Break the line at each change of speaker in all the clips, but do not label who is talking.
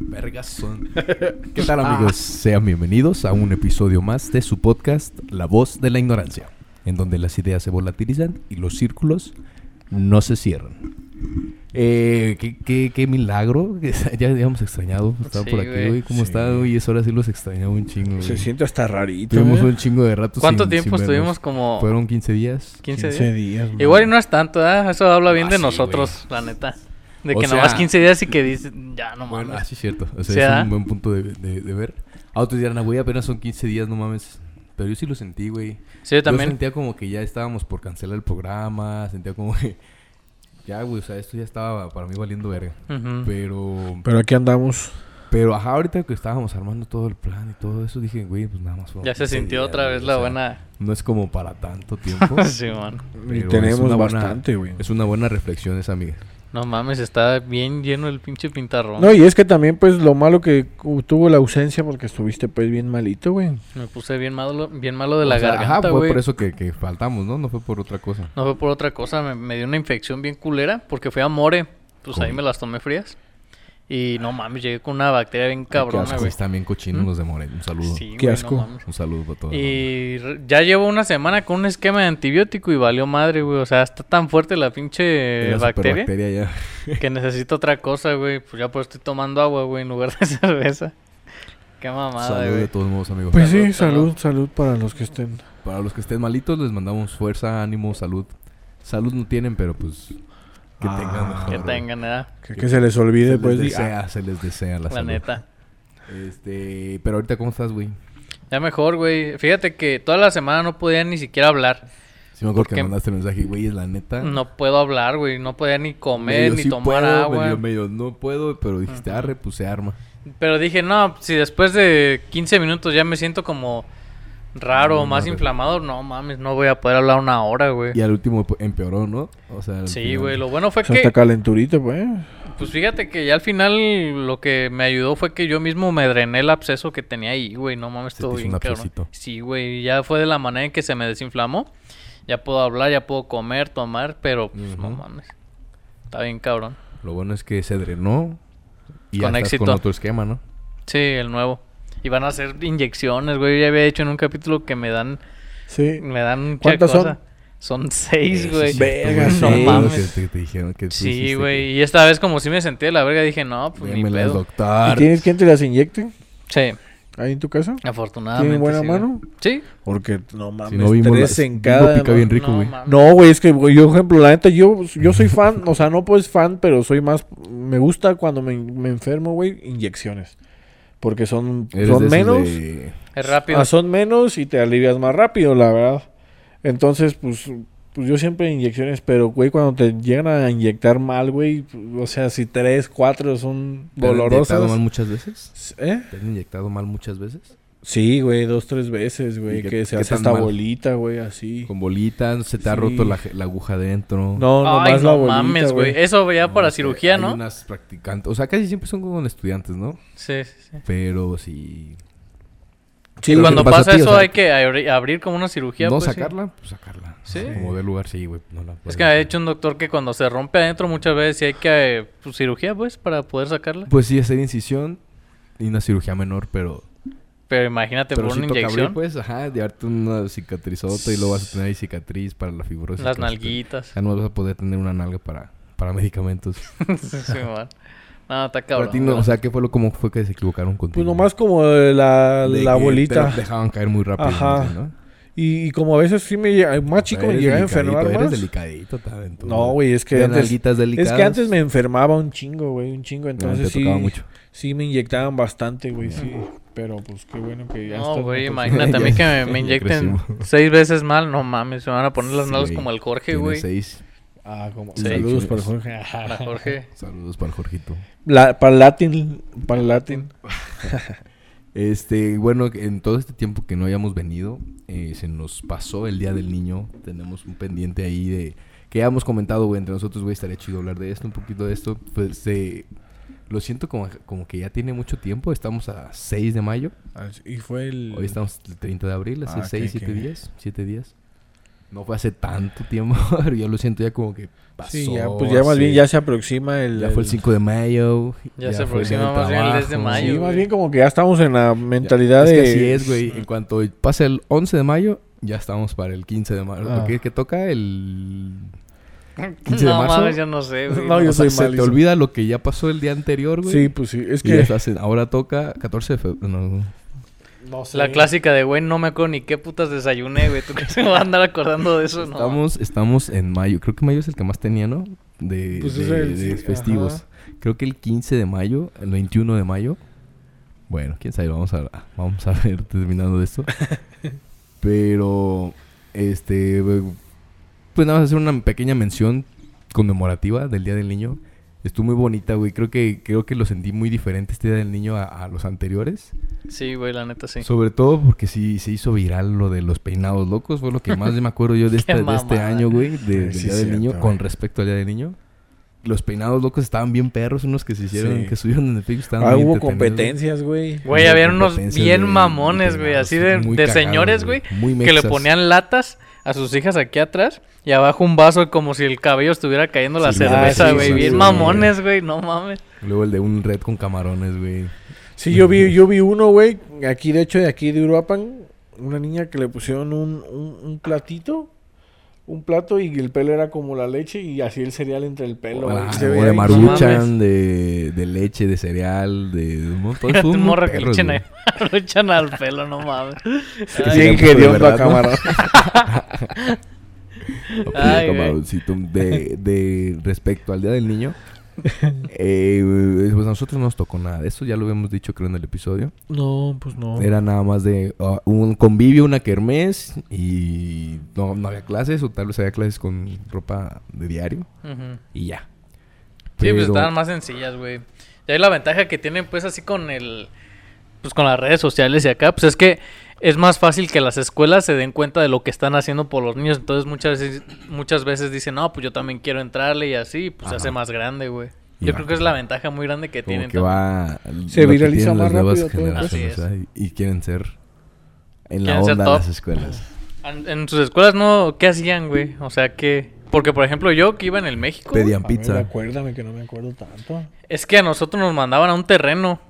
vergas son.
¿Qué tal
Ah.
amigos? Sean bienvenidos a un episodio más de su podcast La voz de la ignorancia, en donde las ideas se volatilizan y los círculos no se cierran. Eh, qué, qué- qué milagro, ya habíamos extrañado, estaba
Sí,
por aquí,
güey.
güey, ¿cómo
Sí.
está? Hoy es hora sí los extrañaba un chingo,
Se
güey.
siente hasta rarito.
Tuvimos
¿eh?
un chingo de rato
¿Cuánto
sin-
tiempo
sin
estuvimos?
vernos.
Como
Fueron 15 días.
15 días.
15 días. güey.
Igual y no es tanto, ¿eh? Eso habla bien
Ah,
de
sí,
nosotros, la neta. De
O
que nomás
sea-
15 días y que dicen, ya no mames.
Bueno, ah, sí, cierto. O sea,
Sí, ¿verdad?
es un buen punto de, de- de ver. Ah, otros dirán, "Ah, güey, apenas son 15 días, no mames. Pero yo sí lo sentí, güey.
sí, yo también.
sentía como que ya estábamos por cancelar el programa. Sentía como que. Ya, güey, o sea, esto ya estaba para mí valiendo verga.
Ujú.
Pero.
Pero aquí andamos.
Pero, ajá, ahorita que estábamos armando todo el plan y todo eso, dije, güey, pues nada más. fueron
Ya se
15
sintió
días,
otra
güey,
vez
o
la
sea,
buena.
No es como para tanto tiempo.
sí, man.
pero
y
es
tenemos
una buena-
bastante, güey.
Es una buena reflexión esa, amiga.
No mames, está bien lleno el pinche pintarrón.
No, y es que también, pues, lo malo que cu- tuvo la ausencia porque estuviste, pues, bien malito, güey.
Me puse bien malo, bien malo de
O
la
sea,
garganta,
Ajá, fue
güey.
por eso que, que faltamos, ¿no? No fue por otra cosa.
No fue por otra cosa, me, me dio una infección bien culera porque fui a More. Pues ahí
Uy.
me las tomé frías. Y no mames, llegué con una bacteria bien cabrona,
asco.
güey.
Están bien cochinos
¿Mm?
los de Morelia. Un saludo.
Sí,
Qué
güey, no
asco.
mames.
Un saludo para todos.
Y eh, re- ya llevo una semana con un esquema de antibiótico y valió madre, güey. O sea, está tan fuerte la pinche
la
bacteria
superbacteria ya.
que necesito otra cosa, güey. Pues ya pues estoy tomando agua, güey, en lugar de cerveza. Qué mamada,
Saludos de
güey.
todos modos, amigos.
Pues
Salud,
sí,
salud.
salud, salud para los que estén.
Para los que estén malitos, les mandamos fuerza, ánimo, salud. Salud no tienen, pero pues. Que
Ah,
tengan mejor.
Que
güey.
tengan, ¿verdad?
Que, que se les olvide,
Se les
pues. di-
desea, se les desea la,
La
salud.
neta.
Este. Pero ahorita, ¿cómo estás, güey?
Ya mejor, güey. Fíjate que toda la semana no podía ni siquiera hablar.
Sí, me acuerdo que
Porque-
me mandaste mensaje, güey, es la neta.
No puedo hablar, güey. No podía ni comer,
¿Ah? Medio
ni
sí
tomar
puedo,
agua.
Medio, medio no puedo, pero dijiste, arre, pues se arma.
Pero dije, no, si después de 15 minutos ya me siento como raro,
No,
más
no,
inflamado, no mames, no voy a poder hablar una hora, güey.
Y al último pues, empeoró, ¿no? O sea. al
Sí,
final-
güey, lo bueno fue
o sea, pues, hasta
que,
calenturito, pues.
pues fíjate que ya al final lo que me ayudó fue que yo mismo me drené el absceso que tenía ahí, güey, no mames,
Se te
todo
hizo
bien,
un
cabrón.
abscesito.
Sí, güey, ya fue de la manera en que se me desinflamó. Ya puedo hablar, ya puedo comer, tomar, pero pues no
Ujú.
mames. Está bien, cabrón.
Lo bueno es que se drenó. Y ya
Con
estás
éxito.
con otro esquema, ¿no?
Sí, el nuevo. Y van a hacer inyecciones, güey. Yo ya había hecho en un capítulo que me dan
Sí.
Me dan mucha
¿Cuántas son?
cosa. Son seis, güey.
sí, Verga,
Tú,
no
güey,
mames.
Que te, te dijeron que tú
Sí,
hiciste
güey. Y esta vez como sí me senté de la verga, dije, no,
que-
pues ni
Démela al
pedo.
doctor.
¿Y tienes quien te las inyecte?
Sí,
Ahí en tu casa.
afortunadamente.
¿Tienen buena
Ah, sí, güey.
mano?
Sí.
Porque no mames,
Si no vimos
tres
la-
en
no
cada.
pica
¿no?
bien rico,
No,
güey.
mames.
No, güey, es que güey, yo, ejemplo, la neta, yo, yo soy fan, o sea, no pues fan, pero soy más, me gusta cuando me, me enfermo, güey, inyecciones. Porque son,
Eres
son
de esos
menos,
de-
Es rápido.
ah, son menos y te alivias más rápido, la verdad. Entonces, pues, pues yo siempre inyecciones, pero, güey, cuando te llegan a inyectar mal, güey, o sea, si tres, cuatro son
¿Te han inyectado mal
dolorosas.
muchas veces?
¿Eh?
¿Te han inyectado mal muchas veces?
Sí, güey, dos, tres veces,
¿Y
güey,
qué-
que,
qué
se hace
tan
esta
mal?
bolita, güey, así.
Con bolitas, se te ha
Sí.
roto la, la aguja adentro.
No, no
Ay,
más la
no
bolita,
mames, güey. Eso ya para cirugía, ¿no?
Hay unas practicantes. O sea, casi siempre son con estudiantes, ¿no?
Sí, sí, sí.
Pero sí.
Sí,
Y
Pero
cuando
¿qué te pasa
pasa
a ti? O
eso
sea,
hay que abri- abrir como una cirugía.
no
pues, sí.
sacarla, pues sacarla.
Sí.
Como de lugar, sí, güey. No la
Es
puedes-
que ha hecho un doctor que cuando se rompe adentro muchas veces sí hay que eh, pues, cirugía, pues, para poder sacarla.
Pues sí, hacer incisión y una cirugía menor, pero.
Pero imagínate
pero
por
sí
una
toca abrir,
inyección,
pues, ajá, llevarte una cicatrizota y luego vas a tener ahí cicatriz para la fibrosis.
las
que vas a tener.
nalguitas.
Ya no vas a poder tener una nalga para, para medicamentos.
sí, sí, man. No, está
Para
cabrón.
ti no,
güey.
o sea, ¿qué fue lo como fue que se equivocaron contigo?
Pues nomás como de la,
De
la
que
bolita.
Te lo dejaban caer muy rápido.
Ajá.
¿no?
Y, y como a veces sí me llega, más chico me
Eres
llegaba a
delicadito,
enfermar
Eres
más.
delicadito también tú,
No, güey, es que
De
antes-
nalguitas delicadas.
Es que antes me enfermaba un chingo, güey, un chingo.
No,
Entonces
te
sí,
tocaba mucho.
sí me inyectaban bastante, güey, sí. Pero pues qué bueno que ya
No,
estás-
güey,
estás-
imagínate a mí
Ya
que me,
sé,
me
ya
inyecten
crecimos.
seis veces mal. No mames, se van a poner las
Sí,
nalgas
güey.
como el Jorge,
Tiene
güey.
seis.
Ah, como...
Sí.
Saludos para
Para
Jorge.
Jorge.
Saludos para el Jorgito.
La- para el Latin, para el Latin.
Este, bueno, en todo este tiempo que no hayamos venido, eh, se nos pasó el Día del Niño. Tenemos un pendiente ahí de... Que ya hemos comentado, güey, entre nosotros, güey, estaría chido hablar de esto, un poquito de esto. Pues, eh, lo siento como, como que ya tiene mucho tiempo. Estamos a 6 de mayo.
Ah, sí, Y fue el...
Hoy estamos el 30 de abril, hace
Ah,
6,
ok,
7
ok.
días. 7 días. No fue hace tanto tiempo, pero yo lo siento ya como que pasó.
sí, ya, pues ya más
hace-
bien ya se aproxima el...
Ya fue el 5 de mayo.
Ya se
fue el día
aproxima
del
más bien el
trabajo.
10 de
Sí,
mayo,
más
güey.
bien como que ya estamos en la mentalidad
Es
de...
que así es, güey. En cuanto pase el 11 de mayo, ya estamos para el 15 de mayo.
Ah.
¿Qué, qué toca? El... 15 de
No
marzo.
mames, yo no sé, güey.
No, yo
o sea,
soy
se te
malísimo.
olvida lo que ya pasó el día anterior, güey.
Sí, pues sí, es
Y
que...
ya hacen- ahora toca 14 de febrero. No.
No sé.
La clásica de, güey, no me acuerdo ni qué putas desayuné, güey. ¿Tú qué se me va a andar acordando de eso? No.
Estamos, estamos en mayo. Creo que mayo es el que más tenía, ¿no? De,
Pues
de-
es el-
de
sí,
festivos.
ajá.
Creo que el 15 de mayo, el 21 de mayo. Bueno, quién sabe, vamos a, vamos a ver terminando de esto. Pero, este, pues nada más hacer una pequeña mención conmemorativa del Día del Niño. Estuvo muy bonita, güey. Creo que, creo que lo sentí muy diferente este Día del Niño a- a los anteriores.
Sí, güey, la neta sí.
Sobre todo porque sí se hizo viral lo de los peinados locos. Fue lo que más me acuerdo yo de este, de este
mamada.
año, güey. de- del
sí,
Día del
cierto,
Niño.
güey.
Con respecto al Día del Niño. Los peinados locos estaban bien perros. Unos que se hicieron,
Sí.
que subieron en el Facebook. Estaban
Ah,
bien
hubo
entretenidos, güey.
competencias, güey.
Güey, había unos
competencias
bien
de- de
mamones, güey.
peinados,
Así de,
muy
de
cagados,
señores, güey.
Muy
Que le
mexas.
ponían latas a sus hijas aquí atrás. Y abajo un vaso como si el cabello estuviera cayendo la
Sí,
ah,
cerveza,
sí,
güey.
sí,
bien
sí,
mamones, güey. No mames.
Luego el de un red con camarones, güey.
Sí, yo vi, yo vi uno, güey, aquí de hecho, de aquí de Uruapan, una niña que le pusieron un, un, un platito, un plato y el pelo era como la leche y así el cereal entre el pelo. güey.
Ah,
Se
o
veía
de
bien
marucha.
chingón.
maruchan, de, de leche, de cereal, de, de un montón.
Era
Estuvo
tu
muy
morra que le
perros,
echen
güey.
ahí- lo echan al pelo, no mames.
Sí,
Ay,
Ay,
que
de
hediondo
verdad,
a
¿no?
cámara.
Papillo
Ay, güey.
camaroncito. de, de respecto al Día del Niño. eh, pues a nosotros no nos tocó nada de eso, ya lo habíamos dicho creo en el episodio.
No, pues no.
Oh.
Era nada más de ah, un convivio, una kermés y no, no había clases o tal vez había clases con ropa de diario
Ujú.
y ya.
Sí, pues
Pero-
estaban más sencillas, güey. Y ahí la ventaja que tienen, pues, así con el... Pues con las redes sociales y acá, pues es que es más fácil que las escuelas se den cuenta de lo que están haciendo por los niños. Entonces muchas veces, muchas veces dicen, no, pues yo también quiero entrarle y así, pues se
Ajá.
hace más grande, güey.
Y
Yo
va
creo que es la ventaja muy grande que
como
tienen.
que va
Se
lo que
viraliza
tienen
más
las nuevas
rápido todo, pues.
generaciones,
Así
¿verdad? y, y quieren ser en la
Quieren ser
onda de
top.
las escuelas.
En, en sus escuelas no, ¿qué hacían, güey? O sea que... Porque, por ejemplo, yo que iba en el México, güey,
Pedían
A ver,
pizza.
acuérdame que no me acuerdo tanto.
es que a nosotros nos mandaban a un terreno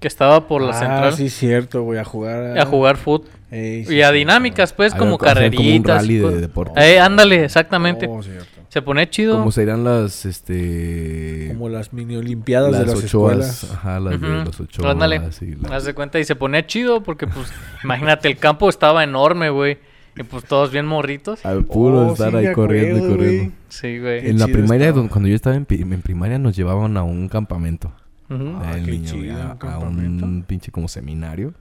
que estaba por la
ah,
central
sí, cierto, güey, a jugar.
a
ah.
jugar fútbol.
Ey, sí,
Y a
cierto.
dinámicas, pues,
Había
como
que hacer como un
carreritas.
rally de
co-
deportes.
Eh, ándale, exactamente.
Oh, cierto.
Se pone chido.
Como serían las, este...
Como las mini olimpiadas de las
ochoas.
escuelas.
Ajá, las de
Ujú.
las ochoas.
Ándale.
y la-
Haz de cuenta y se ponía chido porque, pues, imagínate, el campo estaba enorme, güey. Y pues todos bien morritos.
Al puro
Oh,
estar
sí,
ahí
me
corriendo y
acuerdo,
corriendo.
Sí, güey.
Qué
En la
chido
primaria,
estaba.
don- cuando yo estaba en, pri- en primaria, nos llevaban a un campamento.
Ujú.
Ah,
del
qué
niño,
chido,
a-
un
a, un
campamento.
pinche como seminario.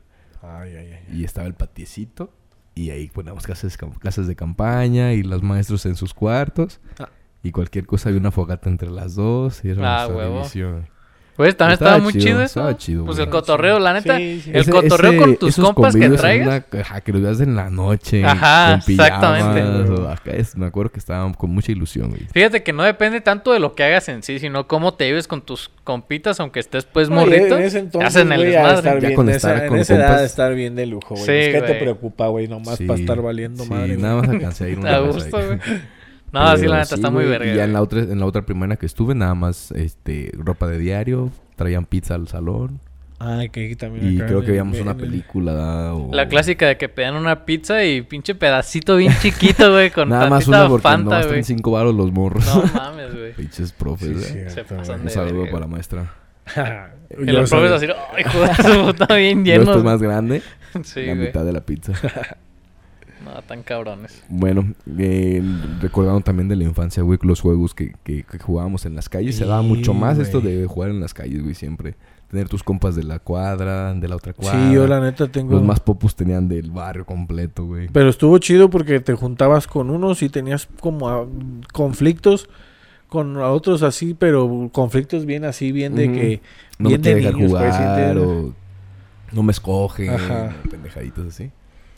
Ay, ay, ay.
Y estaba el patiecito. Y ahí poníamos clases, cam- clases de campaña y los maestros en sus cuartos.
Ah.
Y cualquier cosa, había una fogata entre las dos. Y era
Ah,
nuestra
huevo.
división.
Güey, también
Estaba
estaba, muy
chido,
chido, eso.
estaba chido,
pues
güey.
el cotorreo, la neta.
Sí, sí.
El
Ese-
cotorreo con
ese-
tus
esos
compas que
convivios en
traigas.
una- ajá, que los veas en la noche.
Ajá,
con pijamas,
exactamente.
o acá es- me acuerdo que estaban con mucha ilusión, güey.
Fíjate que no depende tanto de lo que hagas en sí, sino cómo te lleves con tus compitas, aunque estés pues
No, y
morrito.
en ese entonces,
hacen el
güey, ha de
desmadre.
estar
Ya
bien
con
de
estar
esa- en
con
esa edad
compas.
de estar bien de lujo, güey.
Sí,
es que te
güey.
preocupa, güey, nomás
Sí,
para estar valiendo
sí,
madre. güey.
nada más alcancé a ir una
A
vez
gusto,
ahí.
güey. No, sí,
Pero
la neta está muy
güey,
verga.
Y ya en
güey.
la otra, en la otra primera que estuve, nada más este ropa de diario, traían pizza al salón.
Ah, que ahí también
Y
acá
creo
en
que
el-
veíamos
en
una
el-
película. ¿da? O-
La clásica de que pedían una pizza y pinche pedacito bien chiquito, güey, con
Nada más
tantita
una porque
Fanta,
nomás
güey.
traen cinco varos los morros.
No mames, güey.
Pinches
Sí,
profes, ¿eh?
cierto,
Se
güey.
pasan
Un
de
saludo
verga.
para la maestra.
Y
Yo
los profes
sabía.
así, ay, joder, su puta bien
Yo
llenos.
estoy más grande,
Sí,
la
güey.
mitad de la pizza.
No, tan cabrones.
Bueno, eh, recordando también de la infancia, güey, los juegos que, que- que jugábamos en las calles. se daba
Sí,
mucho más esto
güey.
de jugar en las calles, güey, siempre. Tener tus compas de la cuadra, de la otra cuadra.
Sí, yo la neta tengo...
Los más popus tenían del barrio completo, güey.
Pero estuvo chido porque te juntabas con unos y tenías como ah, conflictos con otros así, pero conflictos bien así, bien de
Ujú.
que...
No me
bien de
quiere dejar
niños, güey, sí,
jugar
te-
o no me escogen,
Ajá.
o pendejaditas así.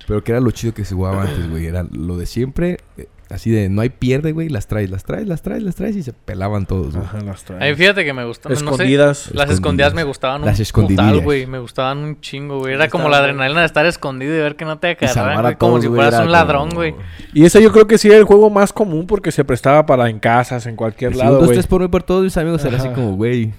Pero que era lo chido que se jugaba antes, güey. Era lo de siempre. eh, Así de, no hay pierde, güey, las traes, las traes, las traes, las traes y se pelaban todos, Pues, güey.
Ajá, las
A mí
traes.
fíjate que me gustaban. no sé,
Escondidas.
las escondidas me gustaban un
Las escondidillas.
putal, güey. Me gustaban un chingo, güey. Era como la
Estaba-
adrenalina de estar escondido y ver que no te
Y salvar
agarraran,
a
güey. Como
todos,
si
güey,
fueras
era
un ladrón,
como-
güey.
Y ese yo creo que sí era el juego más común porque se prestaba para en casas, en cualquier
Sí,
lado,
un, dos,
güey.
tres por mí por todos mis amigos. Era así
Ajá.
como, güey,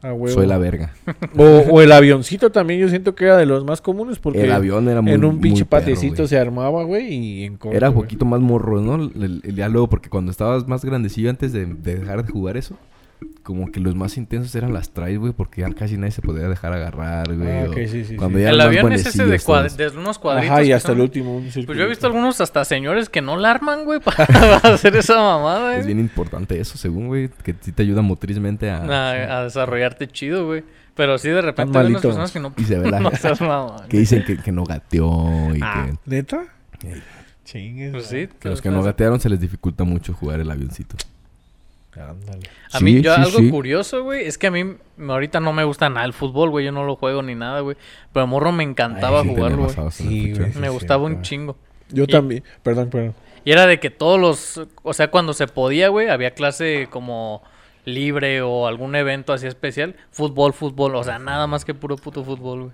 Ah, huevo.
soy la verga.
o, o el avioncito también yo siento que era de los más comunes porque
el avión era muy
en un pinche
muy perro,
patecito
güey.
se armaba, güey, y en corto,
Era un
güey.
poquito más morro, ¿no? El, el- el diálogo, porque cuando estabas más grandecillo antes de, de dejar de jugar eso, como que los más intensos eran las tries, güey, porque ya casi nadie se podía dejar agarrar, güey.
Ah,
o
ok, sí, sí,
cuando
sí.
ya
El
eran más
avión es ese de,
buenecillos
cuad-
todos.
de unos cuadritos.
Ajá, y
que
hasta el
son-
último. un
Pues yo he
circulito.
visto algunos hasta señores que no la arman, güey, para hacer esa mamada,
Es
güey.
bien importante eso, según, güey, que sí te ayuda motrizmente a...
A, a desarrollarte chido, güey. Pero sí, de repente
Están
hay unas
malitos.
personas que no...
Y se ve la...
No seas mamón.
que dicen que, que no gateó y
Ah.
que...
¿Neta?
Ey.
Chingues.
Pues sí.
que los que no gatearon se les dificulta mucho jugar el avioncito.
Ándale.
A mí,
Sí,
yo
sí,
algo
sí.
curioso, güey, es que a mí m- ahorita no me gusta nada el fútbol, güey. Yo no lo juego ni nada, güey. Pero morro me encantaba
Ay, sí, tenía
jugarlo, güey.
basados en el
Sí,
fuchero.
güey.
Me
sí,
gustaba
cierto,
un
eh.
chingo.
Yo
Y-
también. Perdón, perdón.
Y era de que todos los... O sea, cuando se podía, güey, había clase como libre o algún evento así especial. Fútbol, fútbol. O sea, nada más que puro puto fútbol, güey.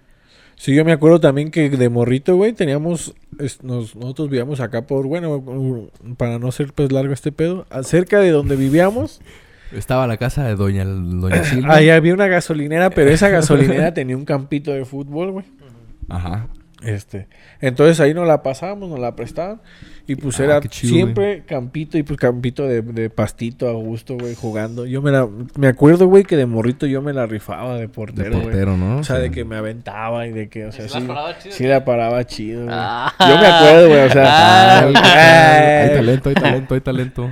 Sí, yo me acuerdo también que de morrito, güey, teníamos, es- nos- nosotros vivíamos acá por, bueno, para no ser pues largo este pedo, cerca de donde vivíamos,
Estaba la casa de doña, doña Silvia.
Ah, ahí había una gasolinera, pero esa gasolinera tenía un campito de fútbol, güey.
Ajá.
Este, entonces ahí nos la pasábamos, nos la prestaban y pues
Ah,
era
qué chido,
siempre campito y pues campito de, de pastito a gusto, güey, jugando. Yo me la, me acuerdo, güey, que de morrito yo me la rifaba de
De
portero, güey.
portero, ¿no?
O sea, de que me aventaba y de que, o sea,
¿Y si
sí,
la paraba chido?
sí la paraba chido, güey.
Ah.
Yo me acuerdo, güey, o
Ah,
Ah,
sea,
hay
ay,
hay talento, hay talento, hay talento.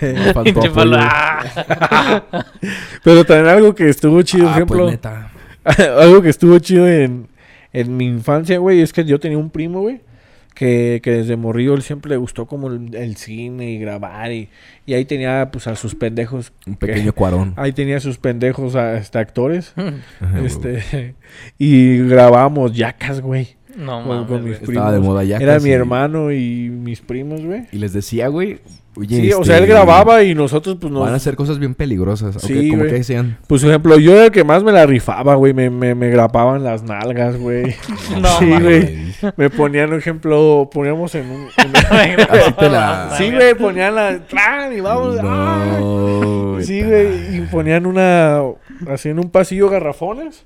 Me faltó
Pinche
apoyo.
palo. Ah.
pero también algo que estuvo chido, por
Ah,
ejemplo,
pues, neta.
algo que estuvo chido en, en mi infancia, güey, es que yo tenía un primo, güey, que, que desde morrillo él siempre le gustó como el, el cine y grabar y, y ahí tenía, pues, a sus pendejos,
Un pequeño cuarón.
ahí tenía a sus pendejos, a, hasta actores,
Ajá, Ah, güey.
este, y grabábamos yacas, güey.
No,
Con-
mames,
con
güey.
mis
Estaba de
primos.
moda ya.
Era
casi.
mi hermano y mis primos, güey.
Y les decía, güey. Oye,
Sí, o
este,
sea, él grababa y nosotros, pues, nos...
Van a hacer cosas bien peligrosas. Aunque
Sí,
como
güey.
que sean.
Pues, por ejemplo, yo era el que más me la rifaba, güey. Me, me, me grapaban las nalgas, güey.
No,
sí,
mames.
güey. Me ponían, un ejemplo, poníamos en un... en-
Así te
Ah,
la-
sí, güey, ponían la... ¡Tran! Y vamos... ¡ah!
No, güey,
Sí,
ta-
güey. Y ponían una... Así en un pasillo garrafones.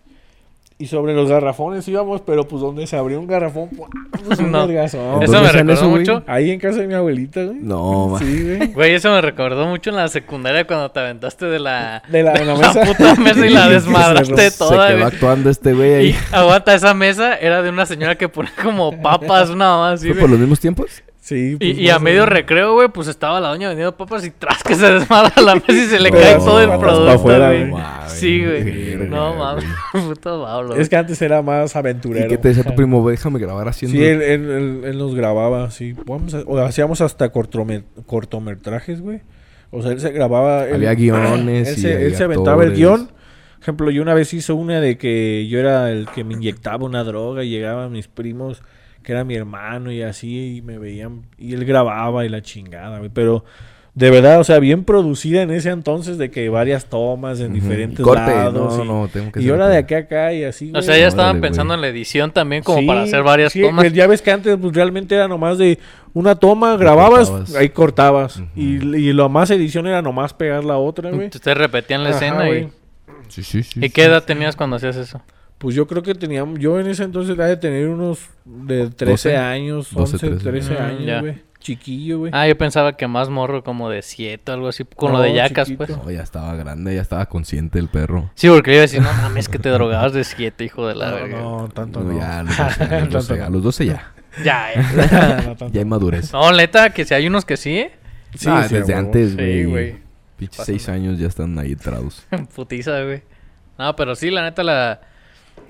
Y sobre los garrafones íbamos, pero pues donde se abrió un garrafón, ¡pua! pues un
No.
vergazón.
¿Dónde
Eso me
hacían
recordó
eso, güey?
mucho.
Ahí en casa de mi abuelita, güey.
No, ma.
Sí, güey.
Güey, eso me recordó mucho en la secundaria cuando te aventaste de la,
De la, de la mesa.
puta mesa y la
Que se
desmadraste
rompió.
Se
toda.
quedó
güey.
actuando este güey ahí.
Y aguanta, esa mesa era de una señora que ponía como papas, una mamá así,
¿Fue
güey.
por los mismos tiempos?
Sí,
Y,
pues,
y a
más o
medio
menos.
recreo, güey, pues estaba la doña vendiendo papas y tras que se desmadra la mesa y se le
No,
cae todo el
patas pa'
producto,
afuera,
güey.
güey.
Sí, güey.
Verga,
No mames,
güey.
puto Pablo.
Es que antes era más
¿Y
aventurero.
qué te decía tu primo? güey? Déjame grabar haciendo.
Sí, él, él- él- él nos grababa, sí. Vamos a- o hacíamos hasta cortrome- cortometrajes, güey. O sea, él se grababa... él-
Había guiones.
Él
y
se,
había
él se aventaba el
actores.
guión. Por ejemplo, yo una vez hizo una de que yo era el que me inyectaba una droga y llegaban mis primos, que era mi hermano y así, y me veían. Y él grababa y la chingada, güey. Pero de verdad, o sea, bien producida en ese entonces de que varias tomas en
Ujú.
diferentes
Corte,
lados.
no,
y,
no, tengo que
y
hacer
ahora de
corte.
acá a acá y así.
o
güey.
sea, ya
Órale,
estaban
güey.
pensando en la edición también como
Sí,
para hacer varias
sí,
tomas.
pues ya ves que antes pues, realmente era nomás de una toma, grababas,
cortabas.
ahí cortabas.
Ujú.
y, y lo más edición era nomás pegar la otra, güey.
Ustedes repetían la
Ajá,
escena
güey.
y...
Sí, sí, sí.
¿Y
sí.
qué edad tenías cuando hacías eso?
Pues yo creo que teníamos, yo en ese entonces era de tener unos de 13
12,
años,
12,
11, 13,
13
años. Mm, ya.
años, güey. Chiquillo, güey.
Ah, yo pensaba que más morro como de siete o algo así, con lo
No,
de yacas,
chiquito.
pues.
No, ya estaba grande, ya estaba consciente el perro.
Sí, porque yo iba a decir, no mames, que te drogabas de siete, hijo de la
no,
verga.
no, tanto
No,
no.
ya, a los 12, a los 12, a los 12 ya.
Ya, eh.
No, tanto.
Ya hay madurez.
No, neta, que si hay unos que sí, ¿eh?
Sí,
ah,
sí,
desde
a huevo.
antes,
Sí,
güey.
güey.
Pinche 6 años ya están ahí entrados.
Putiza, güey. No, pero sí, la neta, la...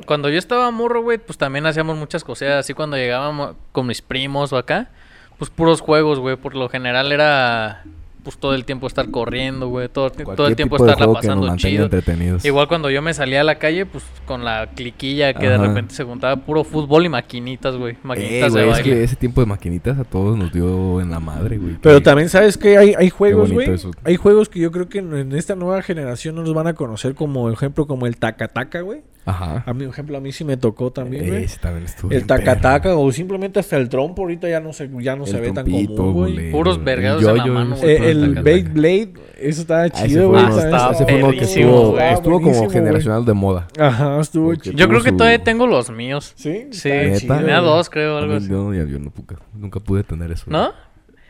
Cuando yo estaba morro, güey, pues también hacíamos muchas cosas. Así cuando llegábamos con mis primos o acá, pues puros juegos, güey. Por lo general era... pues todo el tiempo estar corriendo, güey, todo, todo el
Cualquier
tiempo
tipo de
estarla
juego que nos
pasando
mantenga
chido.
entretenidos.
Igual cuando yo me salía a la calle, pues con la cliquilla que de
Ajá.
repente se juntaba puro fútbol y maquinitas, güey,
Ey,
maquinitas de
Eh, güey, es
baile.
que ese tiempo de maquinitas a todos nos dio en la madre, güey.
Pero
que-
también sabes que hay, hay juegos,
bonito
güey.
eso.
Hay juegos que yo creo que en en esta nueva generación no nos van a conocer como ejemplo como el tacataca, güey.
Ajá.
A mí, por ejemplo, a mí sí me tocó también, güey.
Ese también estuvo
El
bien
tacataca
perro.
o simplemente hasta el trompo ahorita ya no se ya no se
El
ve tan
trompito,
común, güey.
güey,
Puros
el
vergados en la
yoyo,
mano,
ese
Eh,
güey,
tipo de
el
tacataca.
Beyblade, eso estaba
Ah, ese
chido,
fue
güey.
uno-
también
estaba
ese fue uno que
perrísimo,
estuvo,
güey.
estuvo como
buenísimo, güey.
generacional de moda.
Ajá, estuvo
Porque-
chido.
Yo creo que
su-
todavía tengo los míos.
Sí,
Sí.
estaba
¿Neta?
chido,
Tenía
güey.
dos, creo, algo
A
así.
mí no, ya- yo no pude- nunca pude tener eso. güey.
¿No?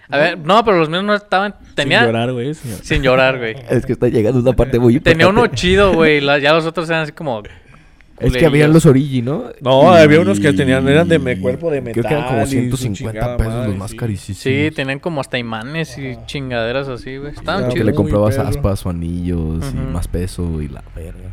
A ver, no, pero los míos no estaban. Tenía.
Sin llorar, güey. sin llorar.
Sin llorar, güey.
Es que está llegando una parte muy
Tenía uno
importante.
chido, güey. la- Ya los otros eran así como.
Es que habían
culerillos.
los Origi, ¿no?
No, había unos que tenían- eran de me- cuerpo de
Creo que eran
metal
como
y su
150
chingada
pesos
madre,
los más
sí.
carísimos.
Sí, tenían como hasta imanes y chingaderas así, güey. Estaban
Claro,
Ah. Que
chidos.
le
Muy
comprabas
perro.
aspas o anillos y
Ujú.
más peso y la verga.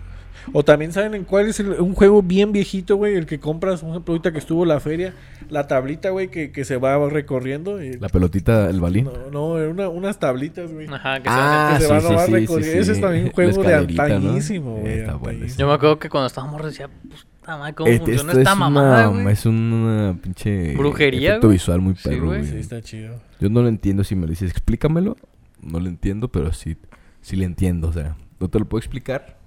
O también saben en cuál es el- un juego bien viejito, güey, el que compras, por ejemplo, ahorita que estuvo la feria, la tablita, güey, que, que se va recorriendo. y-
La pelotita, el balín.
No, no, era una- unas tablitas, güey.
Ajá, que
Ah,
que
se
se
sí,
van
sí,
a nomás
sí, sí,
recorriendo.
sí.
Ese es también un
La
juego de
escalerita, ¿no?
antañísimo, güey.
Está bueno
antañísimo.
ese.
Yo me acuerdo que cuando estábamos decía, puta madre, ¿cómo
Este-
funciona
esto
esta
es
mamada,
una,
güey?
es una pinche
Brujería,
efecto
güey.
visual muy
Sí,
perro,
güey.
güey.
Sí, está chido.
Yo no lo entiendo si me lo dices, explícamelo. No lo entiendo, pero sí, sí le entiendo, o sea, no te lo puedo explicar.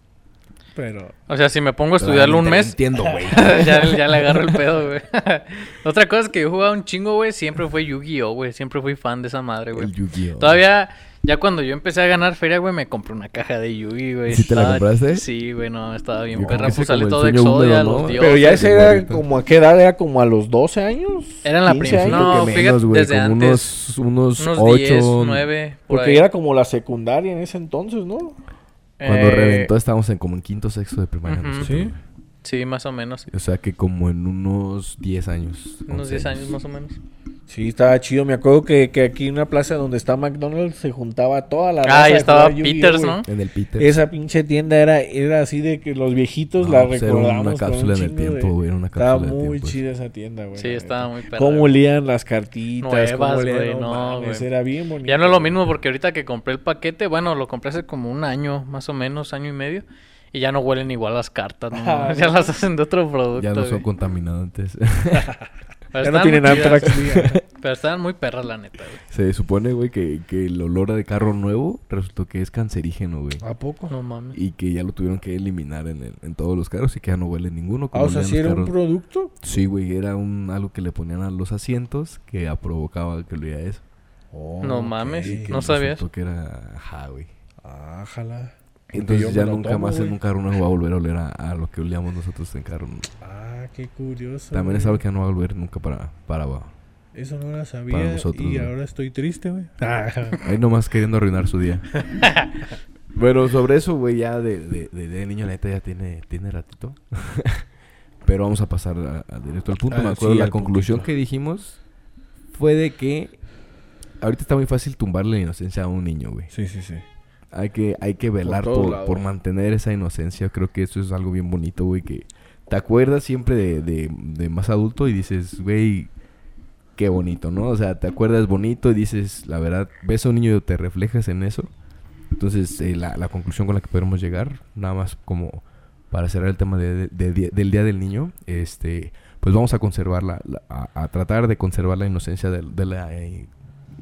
Pero.
O sea, si me pongo a
pero
estudiarlo un
te lo
mes,
Entiendo, güey.
ya, ya le agarro el pedo, güey. Otra cosa que yo jugaba un chingo, güey, siempre fue Yu-Gi-Oh, güey. Siempre fui fan de esa madre, güey.
el Yu-Gi-Oh.
Todavía, ya cuando yo empecé a ganar feria, güey, me compré una caja de Yugi, güey.
¿Sí te la
Estaba-
compraste?
Sí, güey, no, estaba bien
Yo creo
perra.
que ese
Pues sale
como el
todo
sueño
Exodia,
húmedo, ¿no?
los dioses.
Pero ya ese
sí,
era
güerito.
como a qué edad, era como a los 12 años.
Era en la
15
primera,
años.
no,
Siento que
fíjate,
menos, güey,
desde
como
antes,
unos, unos
Unos
8,
10, 9, por
Porque
ahí.
era como la secundaria en ese entonces, ¿no?
Cuando
Eh,
reventó estábamos en como en quinto sexto de primaria.
Ujú.
nosotros,
Sí.
güey.
Sí, más o menos.
O sea que como en unos 10 años.
Unos 10 años más o menos.
Sí, estaba chido. Me acuerdo que, que aquí en una plaza donde está McDonald's se juntaba toda la. raza
Ah,
a
y estaba
jugar Yu-Gi-Oh,
Peters,
güey.
¿no?
En el Peter.
Esa pinche tienda era, era así de que los viejitos
No,
la
pues, era una
recordábamos. con un
cápsula en el
chingo de-
tiempo, güey, era una
Estaba
cápsula del
muy
tiempo.
chida esa tienda, güey.
Sí,
la
estaba
neta.
muy perra,
Cómo
güey.
olían las cartitas.
Nuevas,
cómo olían,
güey, no,
mames,
güey.
Era bien bonito.
Ya no es lo mismo porque ahorita que compré el paquete, bueno, lo compré hace como un año, más o menos, año y medio. Y ya no huelen igual las cartas, ¿no?
Ah,
ya
no.
las hacen de otro producto.
ya no son
güey.
contaminantes.
Pero
Ya no
estaban
tienen
muy chidas,
Antrax.
Pero estaban muy perras, la neta, güey.
Se supone, güey, que, que el olor de carro nuevo resultó que es cancerígeno, güey.
¿A poco?
No mames.
Y que ya lo tuvieron que eliminar en, el- en todos los carros y que ya no huele ninguno.
Ah,
como
o sea,
olían
si
los
era un
carros.
producto.
Sí, güey, era un, algo que le ponían a los asientos que ah, provocaba que olía eso.
No
Oh, ok.
mames,
Y que
no sabías.
resultó que era... Ajá, güey.
Ah, jala. Porque yo
Entonces
me
ya
lo
nunca
tomo,
más en
güey.
un carro nuevo va a volver a oler a, a lo que olíamos nosotros en carro. nuevo.
Ah, qué curioso.
También es
güey.
algo que ya no va a volver nunca para, para abajo.
Eso no la sabía
nosotros, güey.
y ahora estoy triste, güey. Ah,
Ahí nomás queriendo arruinar su día. bueno, sobre eso, güey, ya de, de, de- de niño, la neta ya tiene, tiene ratito. Pero vamos a pasar a- a directo al punto.
Ah,
Me acuerdo
sí,
la
al
conclusión
puntito.
que dijimos fue de que ahorita está muy fácil tumbarle la inocencia a un niño, güey.
sí, sí, sí.
Hay que, hay que velar
todos
por,
lados.
por mantener esa inocencia. Creo que eso es algo bien bonito, güey, que te acuerdas siempre de, de- de más adulto y dices, güey, qué bonito, ¿no? O sea, te acuerdas bonito y dices, la verdad, ves a un niño y te reflejas en eso. Entonces, eh, la, la conclusión con la que podemos llegar, nada más como para cerrar el tema de- de- de- del Día del Niño, este, pues vamos a conservar la, la- a, a tratar de conservar la inocencia de, de la eh,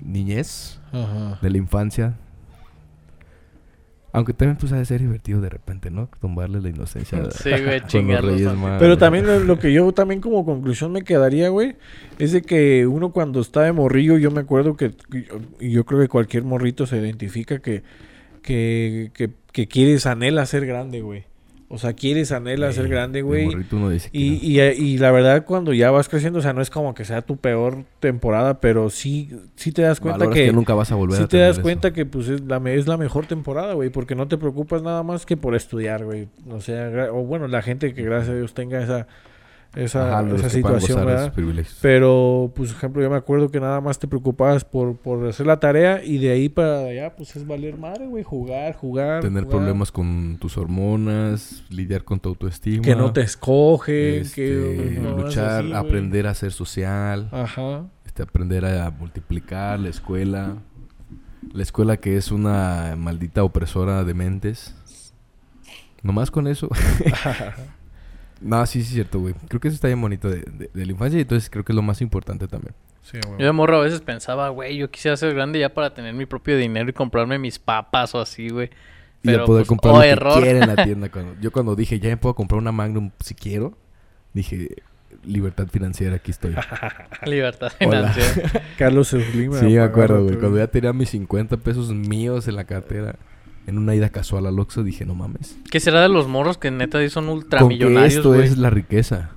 niñez,
Ajá.
de la infancia. Aunque también pues ha de ser divertido de repente, ¿no? Tumbarle la inocencia.
Sí,
a-
güey,
con los
chingarlos
Reyes
al-
Magos.
Pero también lo, lo que yo también como conclusión me quedaría, güey, es de que uno cuando está de morrillo, yo me acuerdo que, y yo creo que cualquier morrito se identifica que, que, que, que quieres, anhela ser grande, güey. O sea, quieres, anhela ser
Sí,
grande,
de
güey.
morrito uno dice que
Y,
no.
y, y la verdad, cuando ya vas creciendo, o sea, no es como que sea tu peor temporada, pero sí, sí te das cuenta
Valoras
que,
nunca vas a volver
sí
a
te
tener
das
eso.
cuenta que pues es la, me- es la mejor temporada, güey, porque no te preocupas nada más que por estudiar, güey. O sea, gra- o bueno, la gente que gracias a Dios tenga esa, esa,
Ajá, los
esa
que puedan
situación,
gozar de
¿verdad?
esos privilegios.
Pero, pues, por ejemplo, yo me acuerdo que nada más te preocupabas por, por hacer la tarea y de ahí para allá, pues es valer madre, güey, jugar, jugar.
Tener
jugar.
problemas con tus hormonas, lidiar con tu autoestima.
Que no te escogen,
este,
que no, no es
luchar,
así, güey.
aprender a ser social,
Ajá.
este, aprender a multiplicar la escuela. La escuela que es una maldita opresora de mentes. Nomás con eso. no, sí, sí, cierto, güey. Creo que eso está bien bonito de, de- de la infancia y entonces creo que es lo más importante también.
Sí,
Yo de morro a veces pensaba, güey, yo quisiera ser grande ya para tener mi propio dinero y comprarme mis papas o así, güey.
Y de
Pero,
poder
pues,
comprar
oh,
lo que
error.
quiera en la tienda. Cuando, yo cuando dije, ya me puedo comprar una Magnum si quiero, dije, libertad financiera, aquí estoy.
Libertad
Hola.
financiera.
Carlos Slim.
Sí, me acuerdo,
apagado,
güey.
tú.
Cuando ya tenía mis 50 pesos míos en la cartera, en una ida casual al Oxxo, dije, no mames.
¿Qué será de los morros que neta sí son
Con que
ultramillonarios,
esto
güey?
es la riqueza.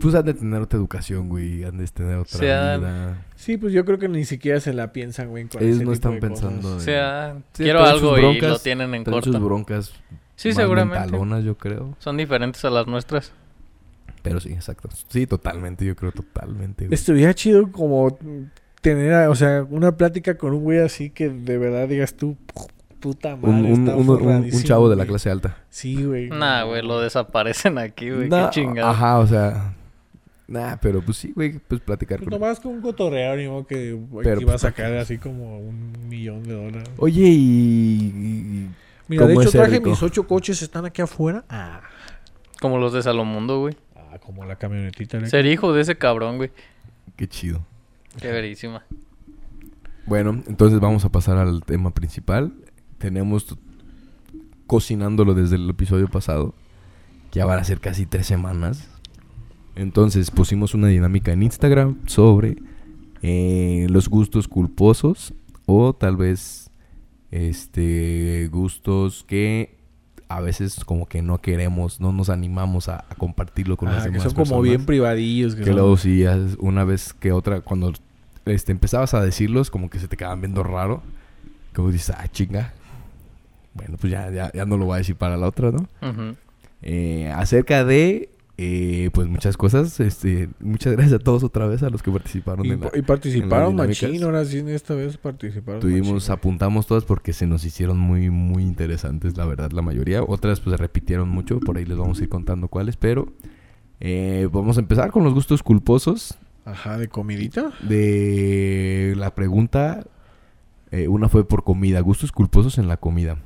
Pues han de tener otra educación, güey. Han de tener otra
Sí, han-
vida.
Sí, pues yo creo que ni siquiera se la piensan, güey. con
Ellos
ese
no
tipo
están
de cosas.
pensando.
O
en-
sea,
Sí,
quiero
traen sus
algo y lo
broncas,
tienen en
traen sus
corto.
broncas.
Sí,
más
seguramente.
mentalonas, yo creo.
Son diferentes a las nuestras.
Pero sí, exacto. Sí, totalmente. Yo creo totalmente. güey.
Estuviera chido como tener, a- o sea, una plática con un güey así que de verdad digas tú, "Pu- puta madre,
Un, un-
está
un- un-
forradísimo,
un chavo de la
güey".
clase alta.
Sí, güey.
Nah, güey, lo desaparecen aquí, güey.
Nah,
Qué chingada.
Ajá, o sea. Nah, pero pues sí, güey. Pues platicar
Pues
con
nomás con un cotorreo, ni modo que güey,
Pero,
que iba a
pues,
sacar así como un millón de dólares.
Oye, y.
Mira, de
¿cómo
hecho
es el
traje
rico?
mis ocho coches, están aquí afuera. Ah,
Como los de Salomundo, güey.
ah como la camionetita. eléctrica.
Ser hijo de ese cabrón, güey.
Qué chido.
Qué verísima.
Bueno, entonces vamos a pasar al tema principal. Tenemos t- cocinándolo desde el episodio pasado, que ya van a ser casi tres semanas. Entonces pusimos una dinámica en Instagram sobre eh, los gustos culposos o tal vez este gustos que a veces como que no queremos, no nos animamos a, a compartirlo con
Ajá,
las
Ah, que
demás
son como
personas.
bien privadillos.
Que
son-
luego sí, ya es una vez que otra, cuando este, empezabas a decirlos, como que se te quedaban viendo raro. Como dices, ah, chinga. Bueno, pues ya, ya, ya no lo voy a decir para la otra, ¿no?
Ujú.
Eh, acerca de, eh, pues muchas cosas. Este, muchas gracias a todos otra vez, a los que participaron.
Y,
en la-
y participaron
en las dinámicas.
machín, ahora sí, esta vez participaron.
Tuvimos,
machín.
apuntamos todas porque se nos hicieron muy, muy interesantes, la verdad, la mayoría. Otras pues se repitieron mucho, por ahí les vamos a ir contando cuáles, pero eh, vamos a empezar con los gustos culposos.
Ajá, de comidita.
De la pregunta, eh, una fue por comida, gustos culposos en la comida.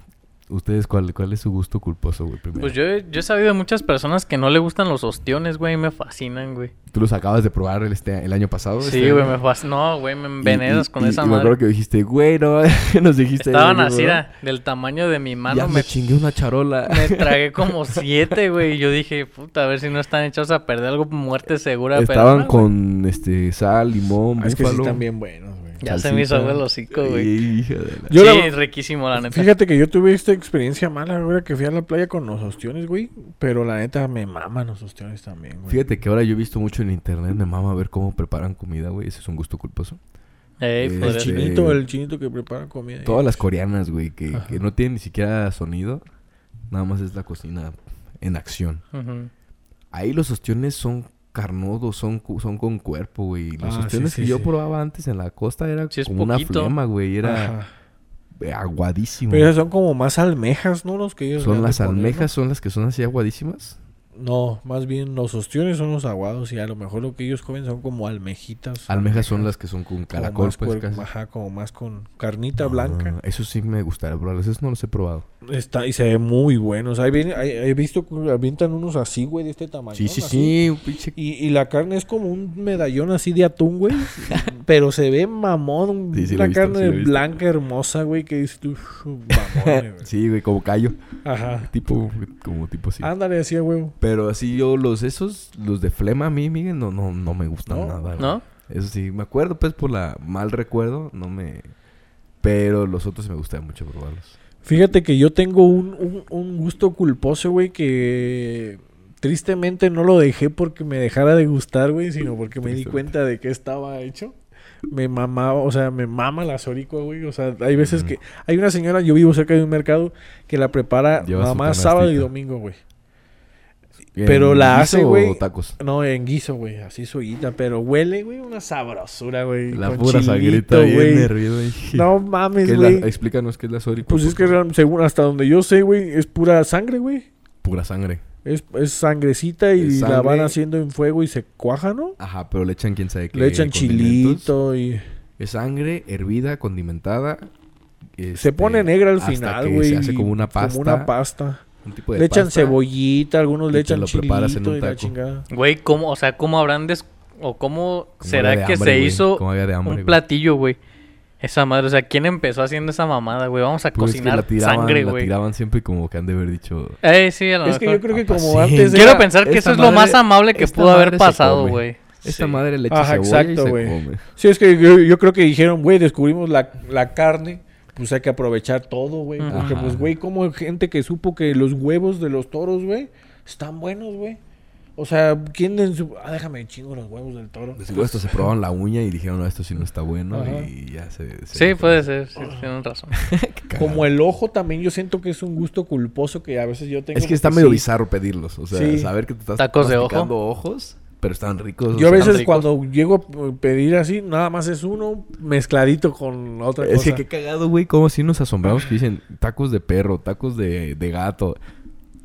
¿Ustedes cuál, cuál es su gusto culposo, güey? Primero.
Pues yo, he- yo he sabido de muchas personas que no le gustan los ostiones, güey. y Me fascinan, güey.
Tú los acabas de probar el, este, el año pasado.
Sí,
este
güey,
año.
me fascinan. No, güey, me
Y-
envenenas
y-
con
y-
esa
y Me
madre.
acuerdo que dijiste, güey, no, nos dijiste.
Estaban
¿no?
así, era, del tamaño de mi
ya
mano.
me
Me,
chingué una charola.
me tragué como siete, güey. Y yo dije, puta, a ver si no están echados a perder algo, muerte segura. pero
Estaban
no, güey.
con este sal, limón,
Ah, es que sí
búfalo.
están bien buenos, güey.
Ya se me hizo
salsita.
agua el hocico, güey.
Hija de la-
Yo
sí,
la-
riquísimo, la neta.
Fíjate que yo tuve esta experiencia mala ahora que fui a la playa con los ostiones, güey. Pero la neta me maman los ostiones también, güey.
Fíjate que ahora yo he visto mucho en internet, me mama ver cómo preparan comida, güey. Ese es un gusto culposo.
Ey,
El
podría
El
ser.
chile.
chinito, el chinito que prepara comida.
Todas las coreanas, güey, que,
Ajá.
que no tienen ni siquiera sonido. Nada más es la cocina en acción.
Ujú.
Ahí los ostiones son carnudos, son, cu- son con cuerpo, güey. Los
Ah, sí,
ostiones
sí,
que yo
sí.
probaba antes en la costa era
Sí, es
como una
poquito.
flema, güey. Era
Ajá.
eh, aguadísimo.
Pero esas son como más almejas, ¿no? Los que ellos le
son
han de
las
poner, ¿no?
almejas, son las que son así aguadísimas.
No, más bien los ostiones son los aguados y a lo mejor lo que ellos comen son como almejitas.
Almejas son las que son con
como
caracol,
más
pues
puer-
casi.
Ajá, como más con carnita
Ah,
blanca.
eso sí me gustaría probarlas. Eso no los he probado.
Está, y se ve muy buenos. Ahí viene- ahí- ahí he visto que avientan unos así, güey, de este tamaño.
sí, sí,
así.
sí. Un pinche...
Y, y la carne es como un medallón así de atún, güey. pero se ve mamón.
Sí, sí lo he
una
visto, sí
carne
lo he visto.
blanca hermosa, güey, que dices tú, "Uf, mamón, güey.
Sí, güey, como callo.
Ajá.
Tipo, como tipo así.
Ándale, así, güey.
Pero así yo los esos, los de flema a mí, Miguel, no, no, no me gustan
¿No?
nada. güey.
¿No?
Eso sí, me acuerdo pues por la mal recuerdo, no me... Pero los otros me gustaban mucho probarlos.
Fíjate que yo tengo un, un- un gusto culposo, güey, que tristemente no lo dejé porque me dejara de gustar, güey, sino porque me di
Tristemente.
cuenta de que estaba hecho. Me mamaba, o sea, me mama la soricua, güey. O sea, hay veces
Mm.
que. Hay una señora, yo vivo cerca de un mercado, que la prepara
Lleva su
nada más sábado y
canastita.
domingo, güey. Pero
¿En
la
guiso
hace,
o
güey.
tacos?
No, en guiso, güey, así soyita, pero huele, güey, una sabrosura, güey.
La
con
pura
chilito,
sangrita bien
güey.
hervida. y-
No
¿Qué
mames,
es la-
güey.
Explícanos qué es la sórica.
Pues es que según hasta donde yo sé, güey, es pura sangre, güey.
Pura sangre.
Es, es sangrecita y
Es
la van
sangre.
haciendo en fuego y se cuaja, ¿no?
Ajá, pero le echan quién sabe qué.
Le echan
condimentos.
chilito y...
Es sangre hervida, condimentada.
Se
este,
pone negra al
hasta
final,
que
güey.
Se hace como una pasta.
Como una pasta.
un tipo de
le echan
pasta.
cebollita, algunos
y
le
te
echan
lo preparas en
chilito
un
y la
taco.
chingada.
Güey, ¿cómo, o sea, cómo habrán des... o cómo,
Como
será
había de
que
hambre,
se
güey,
hizo
como había de hambre,
un
güey.
platillo, güey? Esa madre, o sea, ¿quién empezó haciendo esa mamada, güey? Vamos a
Pues es que
cocinar
la tiraban,
sangre,
la
güey.
tiraban siempre como que han de haber dicho.
Eh, sí, a lo
Es que
mejor.
yo creo que
Papá,
como
sí.
antes
Quiero
era-
pensar que
esta
eso es lo más
madre-
amable que
esta
pudo haber
madre se
pasado,
come.
güey.
Esta
Sí.
madre le echa
Ajá,
cebolla
exacto,
y se
güey.
come.
Sí, es que yo, yo creo que dijeron, güey, descubrimos la, la carne, pues hay que aprovechar todo, güey. Porque,
Ajá.
pues, güey, como hay gente que supo que los huevos de los toros, güey, están buenos, güey. O sea, ¿quién en su... Ah, déjame chingo los huevos del toro.
De seguro estos se probaron la uña y dijeron, no, esto sí no está bueno.
Ajá.
Y ya se. se
Sí, pues, puede ser, sí, tienen razón.
Qué cagado.
Como el ojo también, yo siento que es un gusto culposo que a veces yo tengo.
Es que está
porque
medio
sí.
bizarro pedirlos. O sea,
Sí.
saber que te estás
Tacos de ojo.
masticando ojos, pero están ricos. o
Yo a
sea,
veces
ricos.
cuando llego a pedir así, nada más es uno mezcladito con otra
Es que
cosa.
qué cagado, güey. Como si nos asombramos que dicen tacos de perro, tacos de, de gato.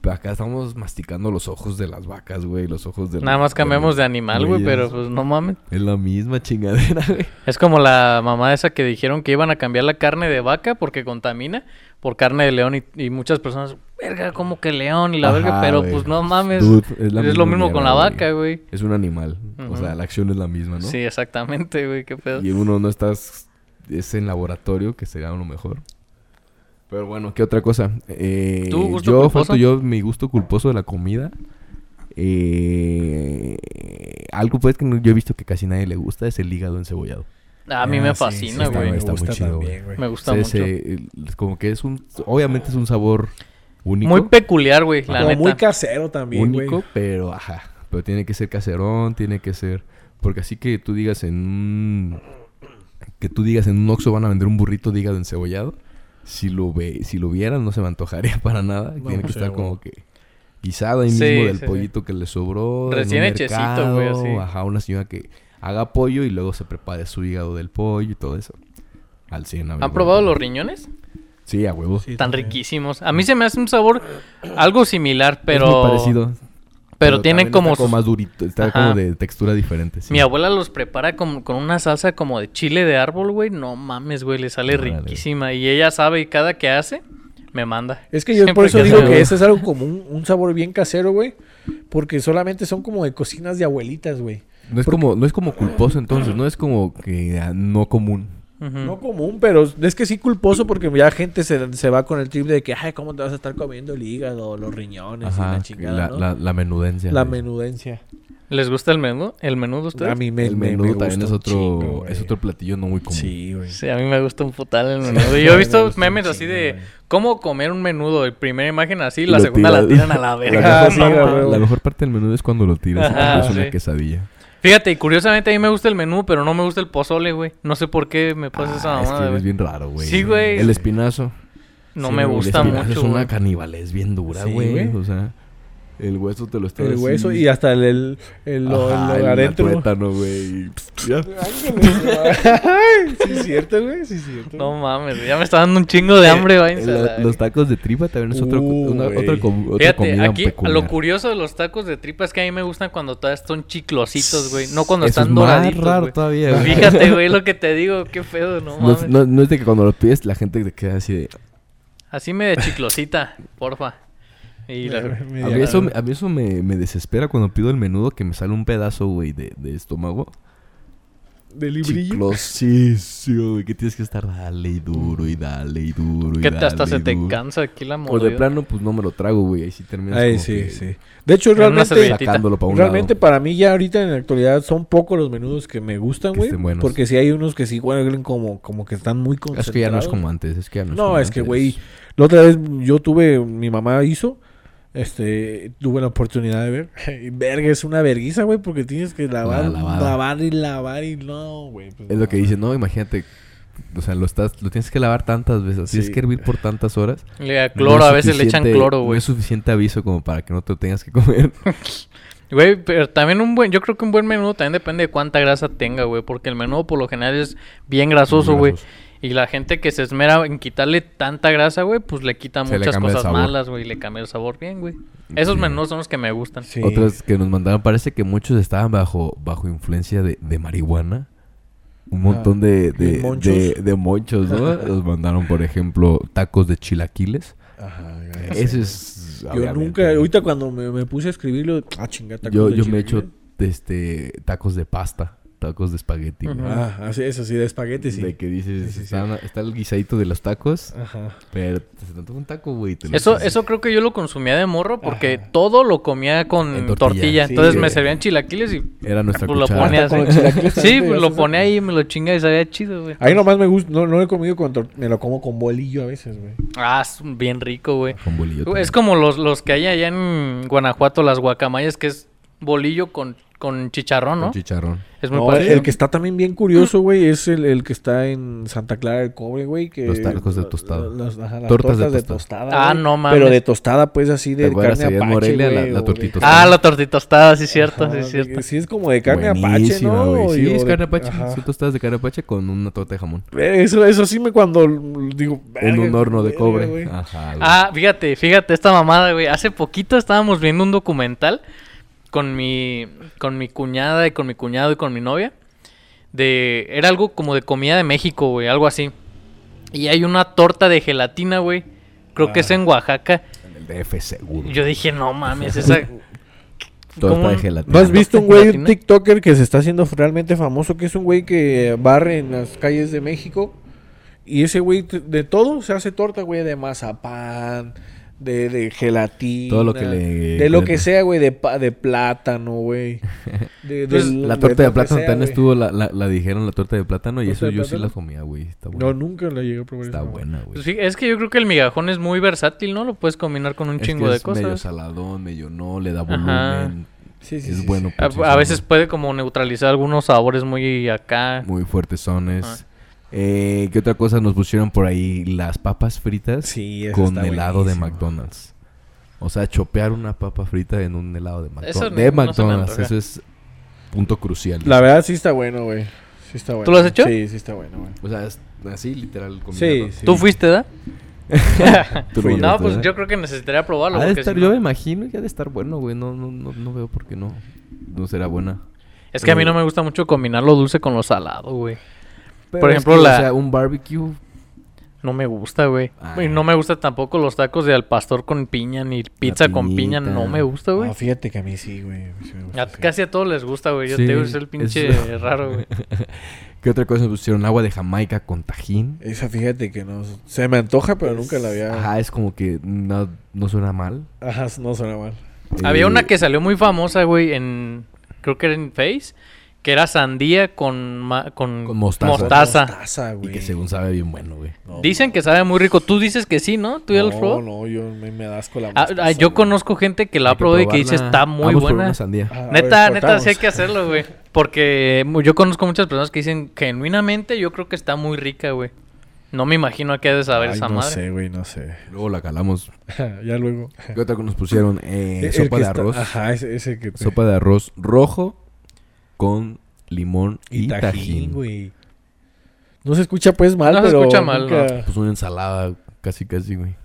Pero acá estamos masticando los ojos de las vacas, güey. Los ojos de.
Nada
los-
más cambiamos de animal, güey,
ya
pero
es-
pues no mames.
Es la misma chingadera, güey.
Es como la mamá esa que dijeron que iban a cambiar la carne de vaca porque contamina por carne de león y, y muchas personas, verga, como que león y la verga,
Ajá,
pero
güey.
pues no mames.
Dude,
es
la
lo
misma
mismo con
mierda,
la vaca, güey.
Es un animal. O
Ujú.
sea, la acción es la misma, ¿no?
Sí, exactamente, güey, qué pedo.
Y uno no estás. Es en laboratorio, que sería lo mejor. Pero bueno, ¿qué otra cosa? Eh,
¿Tu gusto
yo,
culposo?
Fato, yo, mi gusto culposo de la comida. eh, algo pues que no- yo he visto que casi nadie le gusta es el hígado encebollado.
A mí
Ah,
me
sí, sí,
fascina,
está
güey.
bueno. está muy chido,
me gusta
Se-
mucho.
se- el- como que es un. Obviamente es un sabor único.
Muy peculiar, güey, la
Como
neta.
muy casero también, güey.
único, pero ajá. Pero tiene que ser caserón, tiene que ser. Porque así que tú digas en un. Que tú digas en un Oxxo van a vender un burrito de hígado encebollado. Si lo ve, si lo vieran, no se me antojaría para nada. tiene que
sí,
estar
güey.
como que guisado ahí
Sí,
mismo del
sí, sí.
pollito que le sobró. en
Recién
un
hechecito, güey, así.
mercado, Ajá, una señora que haga pollo y luego se prepare su hígado del pollo y todo eso. Al 100, a
¿Han
huevo.
probado los riñones?
Sí, a huevo.
Sí,
Tan
también.
riquísimos. A mí se me hace un sabor algo similar, pero.
Es muy parecido.
Pero, tienen
también
como.
Está como
sus-
más durito. Está
Ajá.
como de textura diferente. sí.
Mi abuela los prepara con, con una salsa como de chile de árbol, güey. No mames, güey, le sale
Órale.
riquísima. Y ella sabe y cada que hace, me manda.
Es que yo por
Siempre
eso
que
digo
hace-
que ese es algo como un, un sabor bien casero, güey. Porque solamente son como de cocinas de abuelitas, güey.
No es, como, no es como culposo entonces, no es como que ah, no común.
Ujú.
No común, pero es que sí culposo porque ya gente se, se va con el trip de que, ay, ¿cómo te vas a estar comiendo el hígado, los riñones y
Ajá,
la
que la,
chingada, ¿no?
la- la menudencia.
La
güey.
menudencia.
¿Les gusta el menú? ¿El menú de ustedes?
A mí me,
El
me- me
menudo también
gusta
es
un
otro,
chingo, güey.
es otro platillo no muy común.
Sí, güey.
Sí, a mí me gusta un putal el menudo.
a mí
Yo he
me
visto
gusta un
memes así
chingo,
de
güey.
cómo comer un menudo. La primera imagen así,
Y
la
lo
segunda la
tiras.
tiran a la verga.
Ah,
La, mejor,
sí,
parte-
a huevo.
la mejor parte del menudo es cuando lo tiras.
Ajá,
porque es una
sí.
quesadilla.
Fíjate, y curiosamente a mí me gusta el menú, pero no me gusta el pozole, güey. No sé por qué me pasa Pues esa
Ah, es
mamada,
que
güey.
es bien raro, güey.
Sí, güey.
El espinazo.
No
sí,
me
el
El
gusta
espinazo
mucho,
Es una
güey.
canibales bien dura,
Sí,
güey.
güey.
o sea, el hueso te lo está
El hueso
así-
y hasta el, el, el, lo-
Ajá,
el
el
adentro.
tuétano, güey. Ya.
Ángeles, Sí, es cierto, güey. Sí, es cierto.
No mames, ya me está dando un chingo de hambre, váyanse a
La-
la verga.
Eh, los tacos de tripa también es otro,
Uh,
una-
güey.
otra, com- otra
Fíjate,
comida
aquí
peculiar.
lo curioso de los tacos de tripa es que a mí me gustan cuando todavía están chiclositos, güey. No cuando
Eso
están
es
doraditos,
Más raro
güey.
todavía, güey.
Fíjate, güey, lo que te digo, qué feo, no
No, es-
mames.
no- no es de que cuando lo pides la gente te queda así de...
Así me de chiclosita, porfa. Y la-
A mí eso, a mí eso me, me desespera cuando pido el menudo que me sale un pedazo, güey, de, de estómago.
De librillo.
Chiclosísimo, güey, que tienes que estar dale y duro y dale y duro y
que
dale
te- hasta
y
se te
duro.
cansa aquí la
O de
mordida.
plano, pues no me lo trago, güey. Ahí sí terminas
Ay,
como
sí,
que
sí. De hecho,
En una
realmente
servilletita.
sacándolo para un
Realmente
lado.
para mí ya ahorita en la actualidad son pocos los menudos que me gustan,
Que
güey.
estén buenos.
Porque si hay unos que sí huelen como, como que están muy concentrados.
Es que ya no es como antes, es que ya no es
No,
como
es que,
antes.
güey, la otra vez yo tuve, mi mamá hizo, este, tuve la oportunidad de ver. Y verga, es una verguiza, güey, porque tienes que lavar,
lavada.
lavar y lavar y no, güey. pues,
Es lo que
no.
dice, no, imagínate. O sea, lo estás, lo tienes que lavar tantas veces,
Sí.
tienes que hervir por tantas horas.
Le da
No
cloro,
es
a veces le echan
suficiente-
cloro,
No
güey.
es suficiente aviso como para que no te lo tengas que comer.
Güey, pero también un buen, yo creo que un buen menudo también depende de cuánta grasa tenga, güey. Porque el menudo por lo general es bien grasoso,
Muy
güey.
grasoso.
Y la gente que se esmera en quitarle tanta grasa, güey, pues le quita
Se le
muchas
cambia el
cosas
sabor.
malas, güey. Y le cambia el sabor bien, güey. Esos
Sí.
menudos son los que me gustan.
Ah, Sí.
Otras que nos mandaron, parece que muchos estaban bajo, bajo influencia de, de marihuana. un montón de,
Ah, ¿de
de,
monchos?
de- de monchos, ¿no? Nos mandaron, por ejemplo, tacos de chilaquiles.
Ajá,
Ese es...
Yo
obviamente,
nunca, ahorita cuando me, me puse a escribirlo, ah, chingata.
Yo, yo me he hecho este, tacos de pasta, tacos de espagueti. güey.
Ujú.
Ah, así es, así de espagueti, sí.
De que dices,
Sí, Ah. sí, sí.
Está, está el guisadito de los tacos,
Ajá.
pero se te antoja un taco, güey. te lo
Eso,
echas.
eso creo que yo lo consumía de morro porque
Ajá.
todo lo comía
En
con
tortilla.
tortilla.
Sí,
Entonces
güey.
me servían chilaquiles y
Era nuestra
pues lo
cuchara.
ponía
Hasta con
así.
los chilaquiles
Sí,
también te
pues
ibas
lo
a
ponía ahí y me lo chinga y sabía chido, güey.
Ahí nomás me gusta, no, no lo he comido con tor- me lo como con bolillo a veces, güey.
Ah, es bien rico, güey.
Con bolillo
Es
también.
como los, los que hay allá en Guanajuato, las guacamayas, que es bolillo con, con chicharrón,
Con
¿no?
chicharrón.
Es muy
No,
parecido.
el que está también bien curioso, güey, es el, el que está en Santa Clara del Cobre, güey. Que
Los tacos de
la-
tostada.
las- ajá, las
Tortas
tortas,
de
de
tostada.
tostada.
Ah,
güey,
no mames.
Pero de tostada, pues así de
acuerdas
carne
allá en
apache.
Morelia, la-
güey,
la
o de-
tortita
Ah, la tortitostada, sí, cierto,
Ajá,
sí,
de-
cierto.
Sí, es como de carne apache,
Buenísima,
¿no?
güey.
Y-
Sí,
o
es
de-
carne apache.
ajá.
Son tostadas de carne apache con una torta de jamón.
Eh, Eso, eso sí me cuando l- digo...
En un
"Verga,
horno de
verga,
cobre.
güey".
Ajá, güey.
Ah, fíjate, fíjate esta mamada, güey. Hace poquito estábamos viendo un documental con mi con mi cuñada y con mi cuñado y con mi novia de era algo como de comida de México, güey, algo así. Y hay una torta de gelatina, güey. Creo que es
Ah.
en Oaxaca.
En el DF seguro.
Yo dije, "No mames, esa
torta
¿cómo?
de gelatina.
¿No has visto un güey, un
Gelatina.
TikToker que se está haciendo realmente famoso? Que es un güey que barre en las calles de México. Y ese güey t- de todo se hace torta, güey, de mazapán, de, de gelatina.
Todo lo que le-
De lo
le-
que sea, güey, de, pa- de plátano, güey. De,
Pues,
del-
la torta de
lo que
plátano
sea,
también
güey.
estuvo, la, la, la dijeron la torta de plátano y
¿Torta
eso
de
yo sí
plátano?
la comía, güey. Está buena.
No, nunca la llegué a probar.
Está
esa,
buena, güey.
Pues fí- es que yo creo que el migajón es muy versátil, ¿no? Lo puedes combinar con un
Es que
chingo de
es Medio
cosas.
saladón, medio no, le da
Ajá.
volumen.
Sí, sí,
es
sí,
bueno.
sí.
A,
muchísimo.
a veces puede como neutralizar algunos sabores muy acá.
Muy fuertes sones.
Ajá.
Eh, ¿Qué otra cosa nos pusieron por ahí? Las papas fritas
Sí, esa
con
está
helado de
buenísima.
McDonald's. O sea, chopear una papa frita en un helado de McDonald's.
Eso no-
de
no se me
McDonald's,
antoja.
eso es punto crucial.
La verdad sí está bueno, güey. Sí está bueno.
lo has hecho?
Sí, sí está bueno, güey.
O sea, es así literal. comida,
Sí,
¿no?
sí.
¿Tú fuiste, da?
Tú lo
Fui yo.
mandaste,
No, pues
¿verdad?
yo creo que necesitaría probarlo.
Ha de
porque
estar,
si
yo
no-
me imagino que ha de estar bueno, güey. No, no, no, no veo por qué no. No será buena.
Es que a mí no me gusta mucho combinar lo dulce con lo salado, güey.
Pero es
ejemplo,
que,
la-
O sea, un barbecue.
No me gusta, güey.
Ah.
Y no me gusta tampoco los tacos de al pastor con piña, ni pizza con piña.
piñita.
No me gusta, güey.
Ah, fíjate que a mí sí, güey. sí me gusta,
A-
sí.
Ah, Casi a todos les gusta, güey. Yo
Sí,
te digo, es el pinche
es-
raro, güey.
¿Qué otra cosa nos pusieron? Agua de Jamaica con tajín.
Esa fíjate que no... Se me antoja, pero nunca la había... Ajá,
Ajá, es como que no, no suena mal.
no suena mal.
Eh,
Había una que salió muy famosa, güey, en... Creo que era en Face. Que era sandía con... ma- Con,
Con mostaza.
mostaza.
Mostaza,
Y
güey.
que según sabe bien bueno, güey.
No,
Dicen que sabe muy rico. Tú dices que sí, ¿no? ¿Tú ya lo has
No,
probado?
no, yo me, me das con la
Ah,
mostaza.
ah, yo
güey.
conozco gente que la
Hay
ha probado y que
probarla.
dice está muy
Vamos por
buena.
una sandía.
Ah, a
Neta,
ver,
neta, sí hay
cortamos.
que hacerlo, güey. Porque mu- yo conozco muchas personas que dicen genuinamente yo creo que está muy rica, güey. No me imagino a qué ha de saber
Ay,
esa
no
madre.
sé, güey, no sé.
Luego la calamos.
ya luego.
¿Qué otra que nos pusieron? Eh,
El
sopa de
que está- ah,
arroz.
Ajá, ese, ese que...
Sopa de arroz rojo con limón y,
y
tajín.
tajín, güey. No se escucha pues mal,
No se
pero...
escucha mal, no.
nunca-
Pues una ensalada, casi, casi, güey.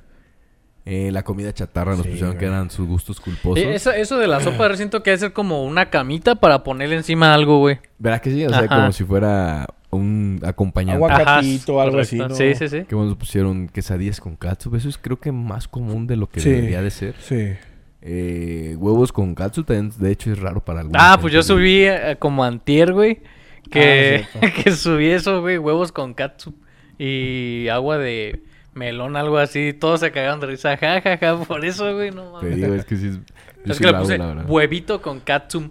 Eh, la comida chatarra nos
Sí,
pusieron que
güey.
eran sus gustos culposos.
Eh, Eso, eso de la sopa de siento que debe ser como una camita para ponerle encima algo, güey.
¿Verdad que sí? O sea,
Ajá.
como si fuera un acompañante.
Aguacate.
Ajá,
Aguacatito, algo así,
correcto.
¿no?
Sí, sí, sí.
Que bueno, nos pusieron quesadillas con katsup. Eso es creo que más común de lo que
Sí.
debería de ser.
Sí.
Eh, huevos con katsup también, de hecho, es raro para algunos.
Ah, pues yo subí eh, como antier, güey. Que,
Ah, cierto.
que subí eso, güey, huevos con katsup y agua de melón, algo así. Todos se cagaron de risa, ja, ja, ja, por eso, güey, no
Te
mames.
digo, es que sí es... yo
Es
sí
que le
la hago,
puse
la verdad.
huevito con katsup.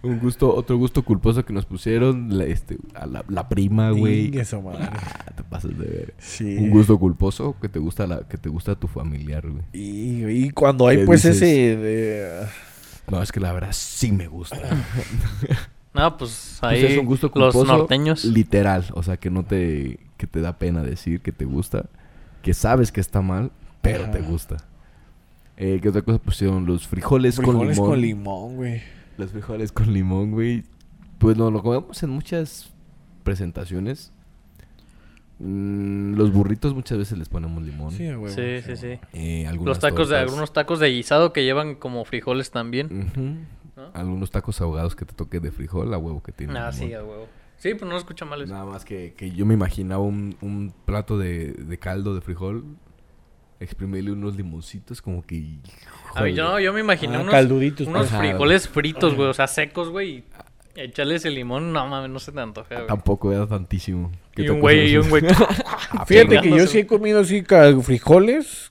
Un gusto, otro gusto culposo que nos pusieron, la, este, a la, la prima, Ah, güey.
Ingue su madre.
Ah, te pasas de ver.
Sí.
Un gusto culposo que te gusta la, que te gusta tu familiar, güey.
Y, y cuando hay
¿Qué
pues
dices?
ese de...
No, es que la verdad sí me gusta.
No, pues
Pues
ahí
es un gusto
los
culposo
norteños.
literal, o sea, que no te que te da pena decir que te gusta, que sabes que está mal, pero
Ajá.
te gusta. Eh, ¿qué otra cosa pusieron? Los frijoles,
frijoles
con limón.
con limón, güey.
Los frijoles con limón, güey. Pues no, lo comemos en muchas presentaciones. Mm, los burritos muchas veces les ponemos limón.
Sí, Ah, güey.
Sí, sí, sí.
Eh, algunas
Los tacos de
tortas.
algunos tacos de guisado que llevan como frijoles también.
Ujú.
¿No?
Ah, Algunos tacos ahogados que te toque de frijol, a huevo que tiene.
Ah,
limón.
sí, a huevo. Sí, pues no lo escucha mal eso.
Nada más que, que yo me imaginaba un, un plato de, de caldo de frijol, exprimirle unos limoncitos, como que.
A mí, yo, no, yo me imaginé
Ah,
unos,
calduditos,
unos
pues. Ajá.
frijoles fritos, güey, o sea, secos, güey. Y echarle ese limón, no mames, no se te antoja, güey.
Tampoco era tantísimo. ¿Qué
Y
te
un güey,
ocurre?
y un güey.
Ah,
Fíjate
pero-
que yo sí he comido así cal- frijoles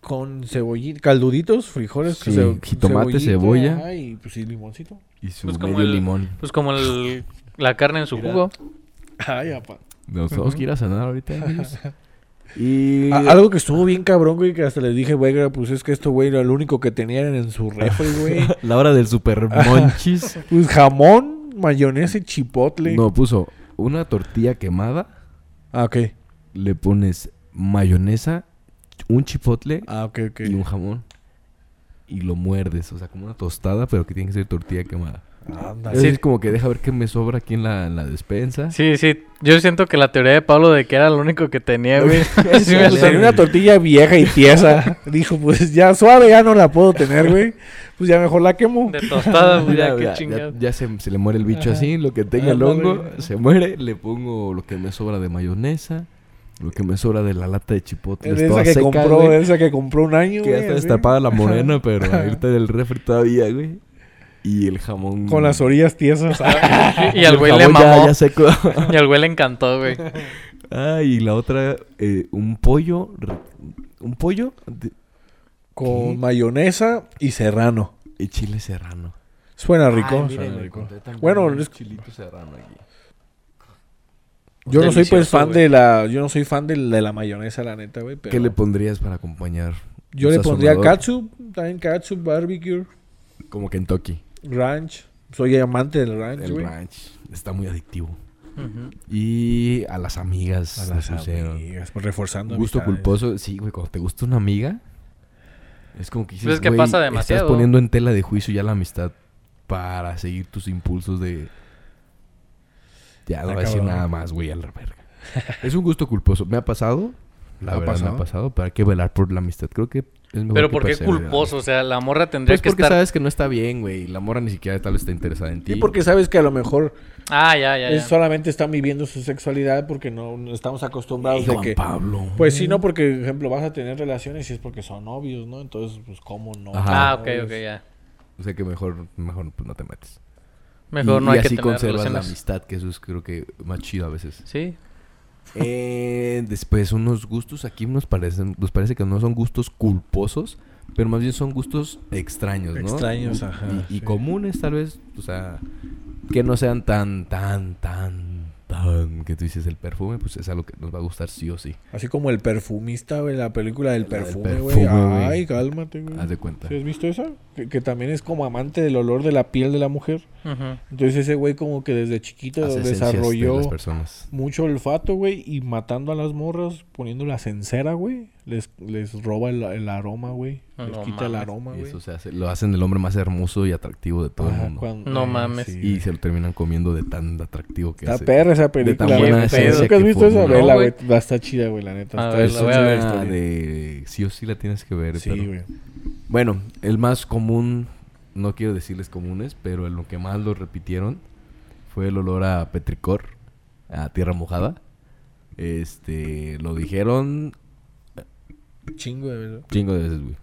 con cebollita, calduditos, frijoles
Sí, jitomate, cebolla.
ajá, y pues sí, limoncito.
Y su
Pues como
medio
el-
limón.
Pues como el- la carne en su
Mira.
jugo.
Ay, apa.
Nos vamos a ir a cenar ahorita, amigos. Y.
A- algo que estuvo bien cabrón, güey, que hasta les dije, güey, pues es que esto, güey, era lo único que tenían en su refri, güey.
La hora del super monchis.
Pues jamón, mayonesa y chipotle.
no, puso una tortilla quemada,
Ah, ok.
le pones mayonesa, un chipotle
Ah, ok, ok.
y un jamón. Y lo muerdes, o sea, como una tostada, pero que tiene que ser tortilla quemada.
Anda,
Es
Sí.
decir, como que deja ver qué me sobra aquí en la, en la despensa.
Sí, sí. Yo siento que la teoría de Pablo de que era lo único que tenía, güey. sí, me
Pues,
hace-
Tenía una tortilla vieja y tiesa. Dijo, pues ya suave, ya no la puedo tener, güey. Pues ya mejor la quemo.
de tostada, güey.
Mira,
ya, qué
ya,
chingado.
ya- ya se, se le muere el bicho
Ajá.
así, lo que tenga el
Ándale.
hongo se muere, le pongo lo que me sobra de mayonesa, lo que me sobra de la lata de chipotles
De
toda
esa que
seca,
compró,
güey,
de esa que compró un año,
que ya
güey,
está
así.
destapada la morena, pero ahorita del refri todavía, güey. Y el jamón
Con las orillas tiesas. ah,
Y, y al
el
güey le
jamón ya-
mamó.
ya seco.
Y al güey le encantó, güey.
Ah, y la otra eh, un pollo re- un pollo de-
con mayonesa y serrano.
y chile serrano.
Suena rico.
Ay, mira,
suena
me
rico.
encontré también
Bueno,
un
es-
chilito serrano aquí.
Yo no soy pues
Delicioso,
fan
güey.
de la yo no soy fan de, de la mayonesa, la neta, güey, pero
¿Qué le pondrías para acompañar?
yo
Un
le pondría
sazonador.
katsup, también katsup, barbecue,
Como Kentucky.
ranch. Soy amante del ranch,
El
güey.
ranch. Está muy adictivo.
Ujú.
Y a las amigas.
A las
nos pusieron.
amigas, pues, reforzando
Gusto
amistades.
culposo. Sí, güey, cuando te gusta una amiga. Es como que dices,
Pues es que
güey,
pasa demasiado.
Estás poniendo en tela de juicio ya la amistad para seguir tus impulsos de. Ya no
Ah,
voy a decir
cabrón.
nada más, güey, a la verga. es un gusto culposo. Me ha pasado. La
¿Ha
verdad, me
pasado?
ha pasado. Pero hay que velar por la amistad. Creo que es mejor
Pero
que
¿por qué
perseverar.
culposo? O sea, la morra tendría
Pues
que
porque
estar.
sabes que no está bien, güey. La mora ni siquiera tal vez está interesada en ti.
Sí, porque sabes que a lo mejor
Ah, ya, ya. ya.
es- solamente están viviendo su sexualidad porque no, no estamos acostumbrados
Juan
de que
Pablo.
Pues sí, no, porque, por ejemplo, vas a tener relaciones y es porque son novios, ¿no? Entonces, pues, ¿cómo no?
Ajá.
Ah, ok, ok, ya.
O sea que mejor, mejor pues, no te metes.
Mejor
y,
no
y
hay que
así
tener
conservas la
relaciones.
amistad, que eso es creo que más chido a veces.
Sí.
Eh, después, unos gustos aquí nos parecen, nos parece que no son gustos culposos, pero más bien son gustos extraños, Pues, ¿no?
Extraños, ajá,
Y, y
sí.
comunes tal vez, o sea, que no sean tan, tan, tan, tan, que tú dices el perfume, pues es algo que nos va a gustar sí o sí.
Así como el perfumista, güey, la película del
La del
perfume, güey.
perfume, güey.
Ay, cálmate, güey.
Haz de cuenta.
Mm, ¿Sí ¿Has visto esa? Que, que también es como amante del olor de la piel de la mujer.
Ujú.
Entonces, ese güey como que desde chiquito
Las esencias de las
desarrolló
personas.
mucho olfato, güey, y matando a las morras, poniéndolas en cera, güey. Les, les roba el, el aroma, güey. Les
No
quita el
mames.
aroma,
Y
güey.
eso se hace, lo hacen el hombre más hermoso y atractivo de todo el
Ajá,
mundo.
cuando-
No
eh,
mames.
sí, güey.
Y se lo terminan comiendo de tan atractivo que
Está
hace.
perra esa
de tan
película, güey.
buena
Nunca
esencia
has
que
visto
fue,
esa
¿no?
vela,
No,
güey.
güey.
Va, Está chida, güey, la neta.
A
Está-
ver,
Es
está
la voy a
una
ver,
está bien.
de... Sí o sí la tienes que ver.
Sí,
pero-
güey.
Bueno, el más común, no quiero decirles comunes, pero en lo que más lo repitieron fue el olor a petricor, a tierra mojada. Este, lo dijeron
Chingo de verdad.
chingo de veces, güey.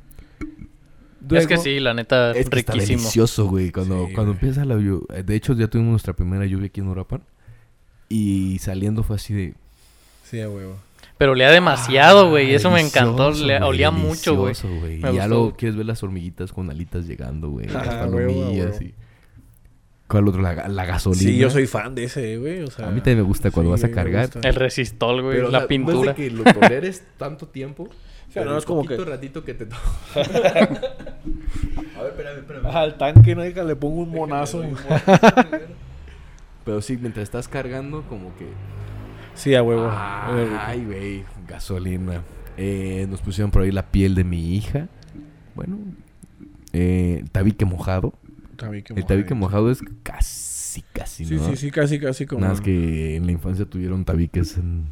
es que
Luego-
sí, la neta,
Es que está
riquísimo.
delicioso, güey. Cuando,
Sí,
cuando
güey.
empieza la lluvia. De hecho, ya tuvimos nuestra primera lluvia aquí en Urapan. Y saliendo fue así de.
Sí, a huevo.
Pero olía demasiado, güey.
"Ah,
eso me encantó.
delicioso,
le-
güey,
olía mucho, güey.
delicioso, Y
Me
ya
gustó.
luego quieres ver las hormiguitas con alitas llegando, güey. Las
Ah, huevo,
palomillas
huevo.
y. ¿Cuál otro? La, la gasolina.
Sí, yo soy fan de ese, güey. O sea,
A mí también me gusta cuando
sí,
vas a
me
cargar.
gusta.
El resistol, güey. La
pues,
pintura.
que lo toleres tanto tiempo.
pero no el es como poquito que-
ratito que te A ver, espérame, espérame.
Al tanque, no Deja, le pongo un monazo.
Pero sí, mientras estás cargando, como que.
Sí, a huevo.
Ah,
Eh,
Ay, güey, gasolina. Eh, nos pusieron por ahí la piel de mi hija. Bueno, eh, el tabique mojado.
Tabique
El tabique mojado es casi, casi,
Sí,
¿no?
sí, sí, casi, casi como.
Nada más que en la infancia tuvieron tabiques en.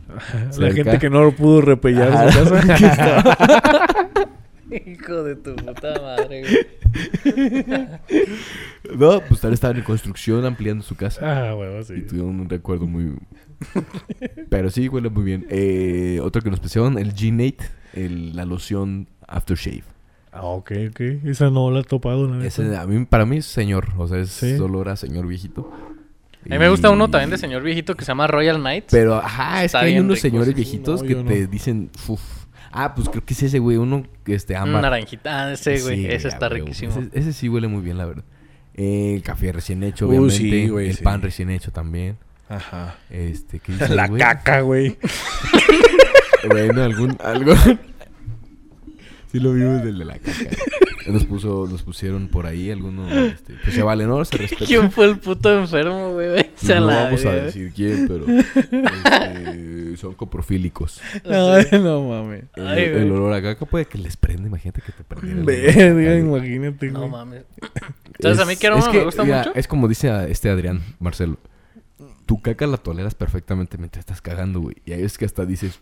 La
cerca.
gente que no lo pudo repellar en su
Ajá.
casa.
Hijo de tu puta madre, güey.
No, pues tal estaban en construcción, ampliando su casa.
Ah, huevo, sí.
Y tuvieron un recuerdo muy. Pero sí, huele muy bien. Eh, otro que nos pasaron, el G-Nate, el- la loción Aftershave.
Ah, ok, ok. Esa no la he topado, la
Ese,
neta.
a mí, para mí es señor, o sea, es
Sí.
olor a señor viejito.
A mí me gusta uno también de señor viejito que se llama Royal Knights.
Pero, ajá, es que
Está
hay
bien
unos
rico,
señores
sí, sí,
viejitos
no,
que
yo no.
te dicen, uff. Ah, pues creo que es ese, güey, uno que este
Un
ámbar.
naranjita. Ah, ese, güey.
Sí,
ese
a
está
huevo.
riquísimo.
Ese, ese sí huele muy bien, la verdad. Eh, el café recién hecho,
Uh,
obviamente.
sí, güey,
el
sí.
pan recién hecho también.
Ajá.
Este, ¿qué dices,
La
güey?
caca, güey.
Bueno, algún, algo. Sí lo vimos del de la caca. Nos puso, nos pusieron por ahí alguno, este, pues se vale, ¿no? Se respeta.
¿Quién fue el puto enfermo, güey? O sea,
no
la
vamos a
verga.
decir quién, pero este, son coprofílicos.
No, no mames.
El,
Ay, güey.
el olor a caca puede que les prenda, imagínate que te prende.
Verga, imagínate,
No
güey.
mames. ¿Sabes a mí qué aroma me gusta mucho?
Es como dice a- este Adrián Marcelo. Tu caca la toleras perfectamente mientras estás cagando, güey. Y ahí es que hasta dices,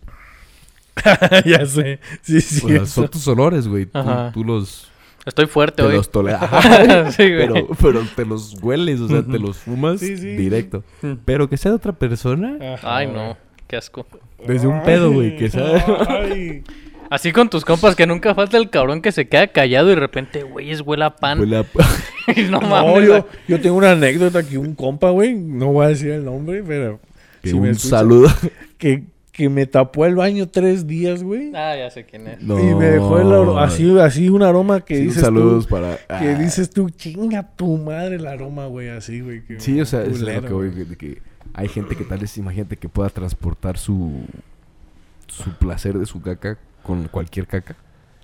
ya sé. Sí, sí.
o sea,
eso.
son tus olores, güey. Tú,
Ajá.
tú los,
Estoy fuerte
te
hoy.
los toleras. Ajá.
Sí, güey.
pero, pero te los hueles, o sea, te los fumas
Sí, sí.
directo.
Mm.
Pero que sea de otra persona,
Ajá,
Ay,
güey.
no. Qué asco.
desde un pedo, güey, que sea.
Ay.
Así con tus compas que nunca falta el cabrón que se queda callado y de repente, güey, es huela a pan.
Huele a-
No,
no mames.
yo, yo tengo una anécdota que un compa, güey, no voy a decir el nombre, pero
que
si me
un
escucha,
saludo.
Que, que me tapó el baño tres días, güey.
Ah, ya sé quién es.
No.
Y me dejó el aro- así, así un aroma que
Sí,
dices
saludos
tú.
para.
Que
ah,
dices tú, chinga tu madre el aroma, güey, así, güey. que-
Sí, o sea, eso es lo
culero,
que voy,
güey.
de que hay gente que tal vez, imagínate que pueda transportar su su placer de su caca con cualquier caca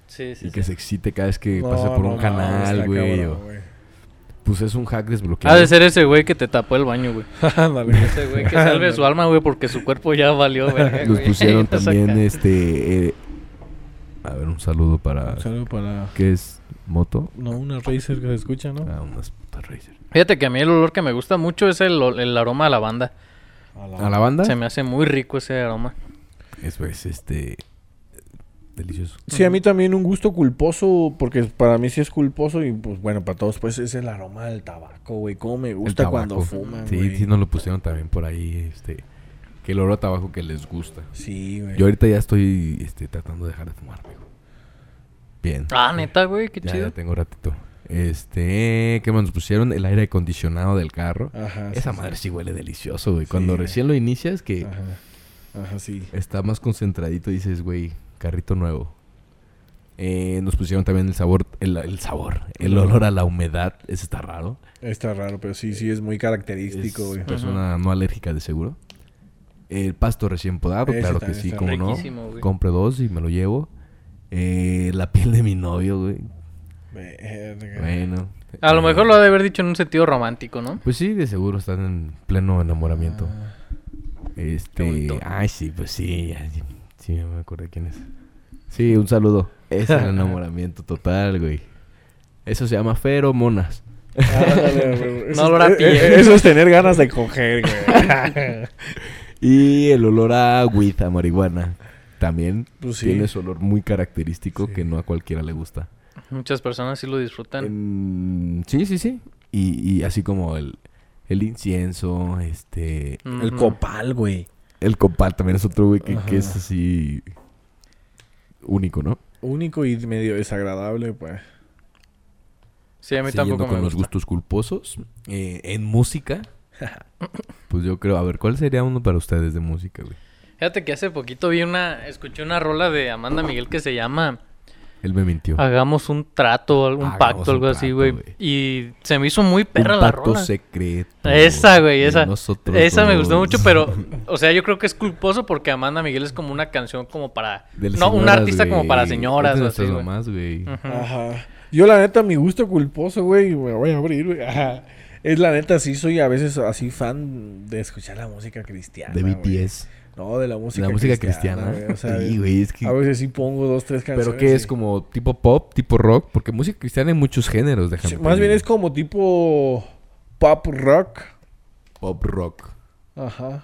Sí,
y
sí.
que
sí.
se excite cada vez que
No,
pase por
no,
un
no,
canal,
está
güey.
cabrón,
o- Pues es un hack desbloqueado.
Ha de ser ese güey que te tapó el baño, güey. Ah,
Ándale.
Ese güey que salve su alma, güey, porque su cuerpo ya valió, verga,
Nos
güey.
pusieron
Esa
también
ca-
este eh, a ver un saludo para
Un saludo para.
¿qué es moto?
No, una Razer que se escucha, ¿no?
Ah, unas putas Razer.
Fíjate que a mí el olor que me gusta mucho es el, ol- el aroma a lavanda.
A la-
¿A la banda?
Se me hace muy rico ese aroma.
Eso es este delicioso.
Ujú.
Sí, a mí también un gusto culposo, porque para mí sí es culposo y pues bueno, para todos pues es el aroma del tabaco, güey. Cómo me
El
gusta cuando
tabaco.
fuman,
Sí,
güey.
sí nos lo pusieron también por ahí este que el olor a tabaco que les gusta.
Sí, güey.
Yo ahorita ya estoy este, tratando de dejar de fumar, amigo. Bien.
Ah, neta, güey, qué
ya, ya
chido.
tengo ratito. Este, ¿qué más nos pusieron? El aire acondicionado del carro.
Ajá.
Esa
Ah, sí,
madre
sí.
sí huele delicioso, güey. Cuando
güey.
recién lo inicias, que
Ajá. Ajá, sí.
está más concentradito, dices, güey, carrito nuevo. Eh, nos pusieron también el sabor, el, el sabor, el olor a la humedad. Ese está raro.
Está raro, pero sí, sí, es muy
Es
característico, güey.
persona no alérgica de seguro. El pasto recién podado,
Ese
claro que
también
sí,
está
como no.
riquísimo, güey.
Compré dos y me lo llevo. Eh, la piel de mi novio, güey.
Verga.
Bueno.
A lo
Eh,
mejor lo ha de haber dicho en un sentido romántico, ¿no?
Pues sí, de seguro están en pleno enamoramiento.
Ah,
este.
bonito.
Ay, sí, pues sí. ay, sí, sí, ya me acuerdo quién es. Sí, un saludo. Es el enamoramiento total, güey. Eso se llama feromonas.
ándale, güey. Eso
olor a
es-
piel.
eh, eh, Eso es tener ganas de coger, güey.
Y el olor a weed, a marihuana. También
Pues sí.
tiene su olor muy característico que no a cualquiera le gusta.
Muchas personas sí lo disfrutan.
Mm, sí, sí, sí. Y, y así como el, el incienso, este...
El
Ujú.
copal, güey.
El copal también es otro, güey, que, que es
Ajá.
así... Único, ¿no?
Único y medio desagradable, pues.
Sí, a mí
Siguiendo
tampoco
con
me
los
gusta.
gustos culposos. eh, en música. pues yo creo... A ver, ¿cuál sería uno para ustedes de música, güey?
Fíjate que hace poquito vi una, escuché una rola de Amanda Miguel que se llama
Él me mintió.
Hagamos un trato, algún
Hagamos
pacto,
un
algo así,
trato,
güey.
güey.
Y se me hizo muy
Un
perra la
pacto
rola.
secreto.
Esa, güey,
de
esa.
nosotros
Esa me gustó
dos.
mucho, pero, o sea, yo creo que es culposo porque Amanda Miguel es como una canción como para.
De las
no, un
señoras,
artista como
güey.
para
Es de
señoras, o así,
nuestras
güey. Mm.
mamás, güey.
Ujú.
Ajá. Yo la neta, mi gusto culposo, güey, me voy a abrir, güey. Ajá. Es la neta, sí soy a veces así fan de escuchar la música cristiana.
De
güey.
BTS.
No, de la música
la música cristiana.
güey, o sea,
sí, güey, es que...
A veces sí pongo dos, tres canciones.
Pero que es
y-
como tipo pop, tipo rock, porque música cristiana hay muchos géneros, déjame.
Sí,
te
más bien
digo.
es como tipo pop rock.
pop rock.
Ajá.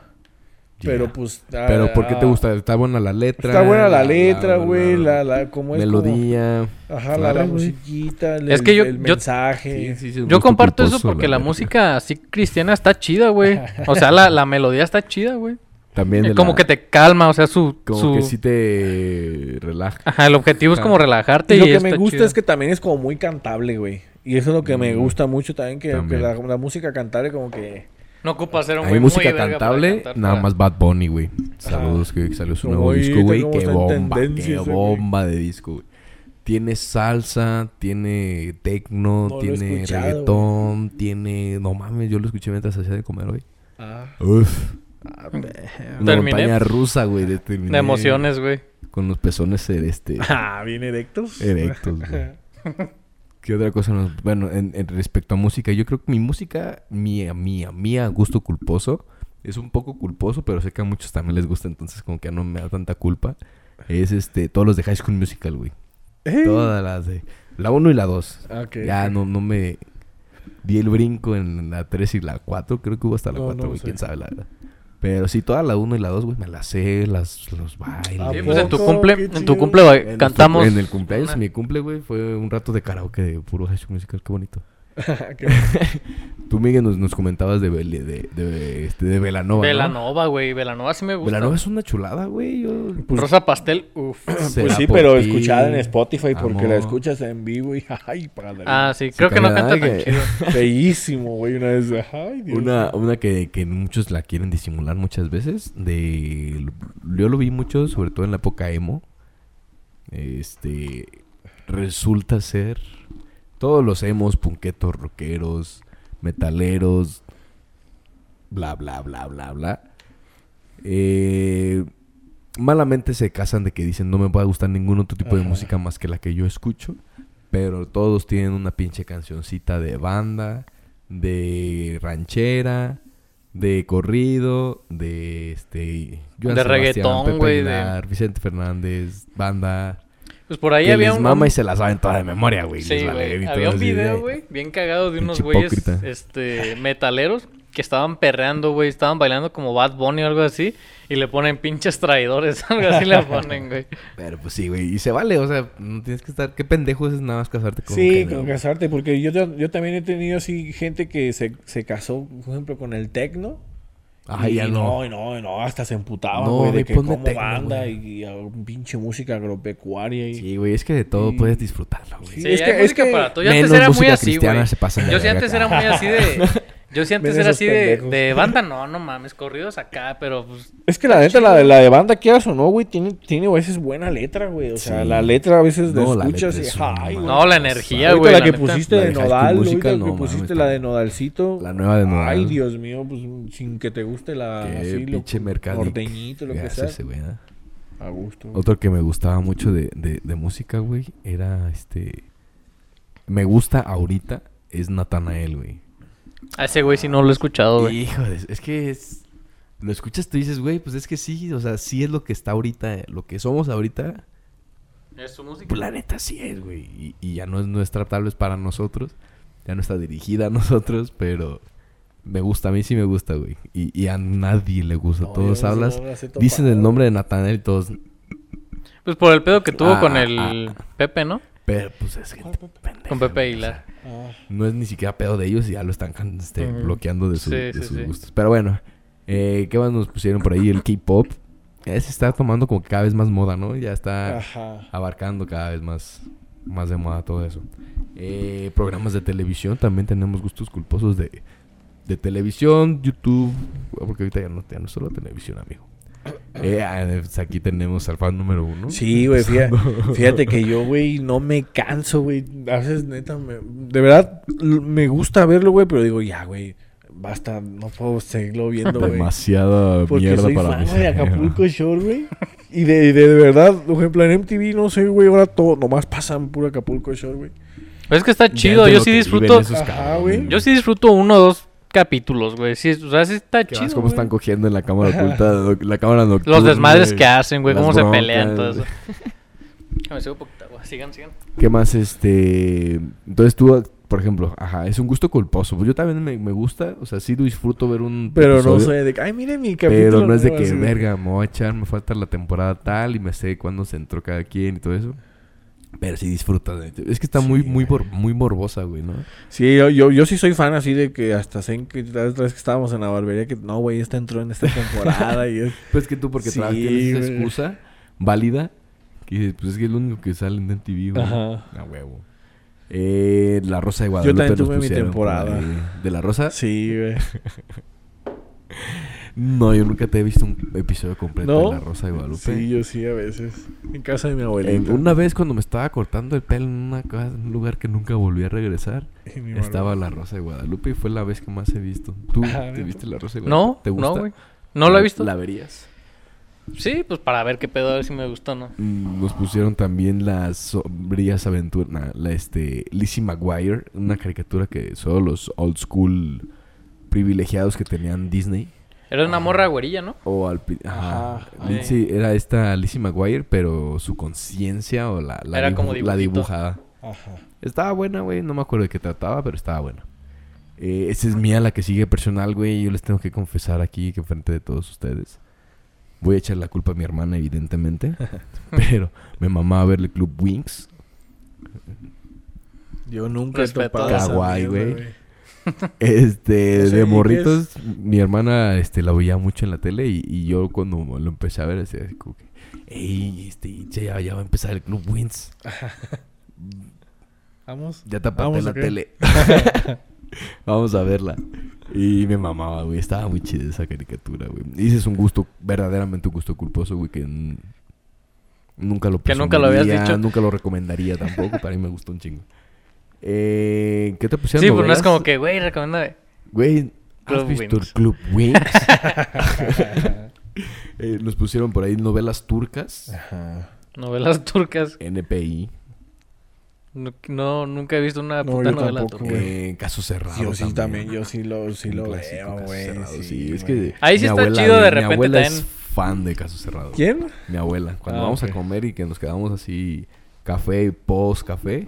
Pero
Yeah.
pues.
Pero ¿por qué te gusta? Está buena la letra.
Está buena la letra, güey. La, la, como es como-
melodía.
ajá, la,
Claro,
la
güey.
musiquita. El,
Es que yo-
el
yo-
mensaje.
Yo comparto eso porque la música así cristiana está chida, güey. O sea, la, la melodía está chida, güey.
También
Eh,
de
Como
la-
que te calma, o sea, su...
Como
su-
que sí te relaja.
Ajá, el objetivo es
Ajá.
como relajarte
Y
y,
lo que
está
me gusta
chido.
es que también es como muy cantable, güey. Y eso es lo que me
Mm.
gusta mucho también, que, que
También.
la, la música cantable como que...
No ocupa ser un
Hay
güey
música
muy verga para
cantable,
cantar,
nada
para-
más Bad Bunny, güey. Saludos, que salió su nuevo
Oye,
disco, güey.
¿cómo
Qué
está en
bomba,
tendencia
qué
ese, güey?
bomba de disco, güey. Tiene salsa, tiene tecno,
No lo he
tiene
escuchado,
reggaetón, tiene... No mames, yo lo escuché mientras hacía de comer hoy. Uf.
Ah,
Una
Terminé.
montaña rusa, güey. De, terminé
De emociones, güey.
Con los pezones eh, este,
Ah,
bien erectos.
erectos, güey. ¿Qué otra cosa nos... Bueno, en, en respecto a música, yo creo que mi música, mía, mía, mía, gusto culposo, es un poco culposo, pero sé que a muchos también les gusta, entonces como que ya no me da tanta culpa. Es este, todos los de High School Musical, güey.
¿Eh?
Todas las de... La 1 y la 2.
Eh. Ah, Ok.
Ya no, no me... Di el brinco en la 3 y la 4, creo que hubo hasta la
No,
4,
no
güey,
sé.
quién sabe la verdad. Pero sí, toda la 1 y la 2, güey, me las sé, las, los bailes.
Sí,
¿A
pues en tu
Ah, poco?
cumple,
Qué
en tu
chido.
cumple
En
güey,
nuestro-
cantamos.
en el cumpleaños,
una-
mi cumple, güey, fue un rato de karaoke de puro High School Musical, qué bonito.
Qué-
Tú, Miguel, nos, nos comentabas de, Bel- de, de, este, de Velanova. ¿no?
Velanova, güey. Velanova sí me gusta.
Velanova es una chulada, güey. Yo... pues,
Rosa Pastel, uff.
Será
Pues sí,
por
pero
ti,
escuchada en Spotify porque
amor.
la escuchas en vivo y... ¡Ay, padre!
Ah, sí,
Sí,
creo que no
cañada,
canta tan
que-
chido.
Feísimo, güey, una vez. ¡Ay, Dios!
Una, una que, que muchos la quieren disimular muchas veces. De... Yo lo vi mucho, sobre todo en la época emo. Este... Resulta ser... Todos los emos, punquetos, rockeros, metaleros, bla, bla, bla, bla, bla. Eh, malamente se casan de que dicen no me va a gustar ningún otro tipo de
Ajá.
música más que la que yo escucho. Pero todos tienen una pinche cancioncita de banda, de ranchera, de corrido, de este... Joan
De
Sebastián,
reggaetón,
Pepe
güey, de-
Aguilar, Vicente Fernández, banda...
Pues por ahí
que
había
les
un.
mama y se la saben toda de memoria, güey.
Sí,
les vale
güey.
grito,
Había un
así de-
video, güey, bien cagado de unos
Pinche
güeyes
hipócrita.
este, metaleros que estaban perreando, güey. Estaban bailando como Bad Bunny o algo así. Y le ponen pinches traidores, algo así le ponen, güey.
Pero pues sí, güey. Y se vale, o sea, no tienes que estar... Qué pendejo es nada más casarte con un
Sí,
género,
con
güey.
casarte, porque yo, ta- yo también he tenido así gente que se, se casó, por ejemplo, con el tecno.
Ay,
y
Ah, ya no.
y no, y no, hasta se emputaban,
No,
güey,
güey,
de que
ponme
como
tecno,
banda
güey.
y, y a pinche música agropecuaria y...
Sí, güey, es que de todo
Sí.
puedes disfrutarlo, güey.
Sí,
Sí,
es
hay
que- es
música
que
para todo. Yo antes
Menos
era muy
música
así,
cristiana
güey.
se pasan de
Yo sí
verga
antes
acá.
era muy así de. Yo sí antes
Ven
era
esos
así de,
pendejos.
de banda, no, no mames, corridos acá, pero pues,
Es que la neta, la, de- la de banda, quieras o no, güey, tiene, tiene a veces buena letra, güey. O sea,
Sí.
la letra a veces la
No, la
escuchas
letra
y...
es una
Ay, güey.
no, la energía,
ahorita
güey.
la que
neta.
pusiste
La de
de
High School
Nodal, ahorita
Musical,
la
no,
que
mames,
pusiste
está-
la de Nodalcito.
La nueva de Nodal.
Ay, Dios mío, pues sin que te guste la...
Qué
así, lo-
pinche mercadic.
Norteñito, lo que
Gracias,
sea.
ese güey, ¿eh?
A gusto. güey.
Otro que me gustaba mucho de, de- de música, güey, era este. Me gusta ahorita es Natanael, güey.
A ese güey sí no lo he escuchado, Oh, güey.
Hijo de- es que es. Lo escuchas, tú dices, güey, pues es que sí, o sea, sí es lo que está ahorita, eh, lo que somos ahorita,
Es su música.
pues la neta sí es, güey. Y, y ya no es nuestra, tal vez para nosotros, ya no está dirigida a nosotros, pero me gusta, a mí sí me gusta, güey. Y, y a nadie le gusta,
No,
todos
yo no
hablas,
sé, no las he
dicen el
topado.
nombre de Natanael y todos,
Pues por el pedo que tuvo
Ah,
con
ah,
el
ah.
Pepe, ¿no?
pero pues es gente pendeja,
Con Pepe
güey, o sea,
Aguilar.
Ah.
no es ni siquiera pedo de ellos y ya lo están can- este,
Ujú.
bloqueando de, su-
Sí,
de
sí,
sus
sí.
gustos. Pero bueno, eh, ¿qué más nos pusieron por ahí? El K-pop. Eh, se está tomando como que cada vez más moda, ¿no? Ya
Ah.
Ah.
está
Ajá.
abarcando cada vez más, más de moda todo eso. Eh, programas de televisión, también tenemos gustos culposos de, de televisión, YouTube, Ah, porque ahorita ya no, ya no es solo televisión, amigo. Eh, ah, pues aquí tenemos al fan número uno.
Sí, güey, fíjate, fíjate que yo, güey, no me canso, güey. A veces, neta, me- de verdad, l- me gusta verlo, güey, pero digo, ya, güey, basta, no puedo seguirlo viendo, güey.
Demasiada
Porque
mierda
soy
para
fan
mí.
güey, de Acapulco Shore, güey. Y de, de, de verdad, por ejemplo, en MTV, no sé, güey, ahora todo, nomás pasan puro Acapulco Shore, güey.
Pues es que está
Ya
chido,
entiendo
yo
lo
sí
que
disfruto.
viven esos
Ajá,
cabrones,
güey.
Yo sí disfruto uno o dos capítulos, güey. Sí, o sea, sí está
Que vas
chido.
cómo
güey.
están cogiendo en la cámara oculta, doc- la cámara nocturna.
Los desmadres
güey.
que hacen, güey,
Las
cómo se
broncas.
pelean, todo eso. Me sigo poquito, güey. Sigan, sigan.
¿Qué más este? Entonces tú por ejemplo, ajá, es un gusto culposo. Pues Yo también me, me gusta, o sea, sí disfruto ver un.
Pero no
episodio,
sé, de que, ay, miren mi capítulo.
Pero no es de
nuevo",
que,
así
verga, me voy a echar, me falta la temporada tal y me sé cuándo se entró cada quien y todo eso. Pero sí disfruta. de- Es que está muy, muy, mor- muy morbosa, güey, ¿no?
Sí, yo, yo, yo sí soy fan así de que hasta sé en que la otra vez que estábamos en la barbería que no, güey, esta entró en esta temporada y es...
Pues que tú, porque
Sí,
trabajas, tienes esa
güey.
excusa válida. Que dices, pues es que es lo único que sale en TV, güey.
Ajá.
A huevo. Eh, la Rosa de Guadalupe.
también
nos
tuve mi
pusieron por
temporada.
ahí. ¿De La Rosa?
Sí, güey.
No, yo nunca te he visto un episodio completo
¿No?
de La Rosa de Guadalupe.
Sí, yo sí a veces. En casa de mi
Eh,
abuelita.
una vez cuando me estaba cortando el pelo en, una ca- en un lugar que nunca volví a regresar,
Y mi
estaba La Rosa de Guadalupe y fue la vez que más he visto. ¿Tú
Ah,
te
mira.
viste La Rosa de Guadalupe?
No,
¿Te gusta?
no, güey. No lo he visto.
¿La verías?
Sí, pues para ver qué pedo, a ver si me gusta o no.
Mm, Nos pusieron también las sombrías aventuras, na, la este, Lizzie McGuire, una caricatura que solo los old school privilegiados que tenían Disney.
Era una morra güerilla, ¿no?
O al... pi- Ajá.
Ajá.
Lindsay- era esta Lizzie McGuire, pero su conciencia o la, la,
Era como
la
dibujito.
dibujada.
Ajá.
Estaba buena, güey. No me acuerdo de qué trataba, pero estaba buena. Eh, esa es mía, la que sigue personal, güey. Yo les tengo que confesar aquí, que frente de todos ustedes. Voy a echar la culpa a mi hermana, evidentemente. pero me mamaba ver el Club Wings.
Yo nunca
Respeto.
he topado esa
Kawaii,
mierda,
güey. Este,
Ese
de
y que
morritos, mi hermana este, la veía mucho en la tele y, y yo cuando lo empecé a ver, decía así como que, ey, este, ya, ya va a empezar el Club Wings.
Vamos.
Ya tapaste
Vamos,
la
¿o qué?
tele. Vamos a verla. Y me mamaba, güey. Estaba muy chida esa caricatura, güey. Y ese es un gusto, verdaderamente un gusto culposo, güey, que n- nunca lo
Que nunca lo habías
presumiría,
dicho.
Nunca lo recomendaría tampoco. Para mí me gustó un chingo. Eh, ¿Qué te pusieron?
Sí, pues no
novelas?
es como que, güey, recomiéndame.
Güey, ¿has
Club
visto el
Wings.
Club Wings? Eh, nos pusieron por ahí novelas turcas.
Ajá.
Novelas turcas.
NPI.
No, no, nunca he visto una
No,
puta
yo
novela
tampoco,
turca.
güey.
Eh, caso cerrado.
Yo sí también,
güey.
yo sí lo, sí
Un
lo
clásico,
veo,
Caso
güey.
Cerrado,
Sí,
Sí, es
güey.
que.
Ahí sí
mi
está
abuela,
chido, de
güey,
repente
Mi abuela es
también.
fan de Caso Cerrado.
¿Quién?
Mi abuela. Cuando
Ah,
vamos
ok.
a comer y que nos quedamos así, café y post café.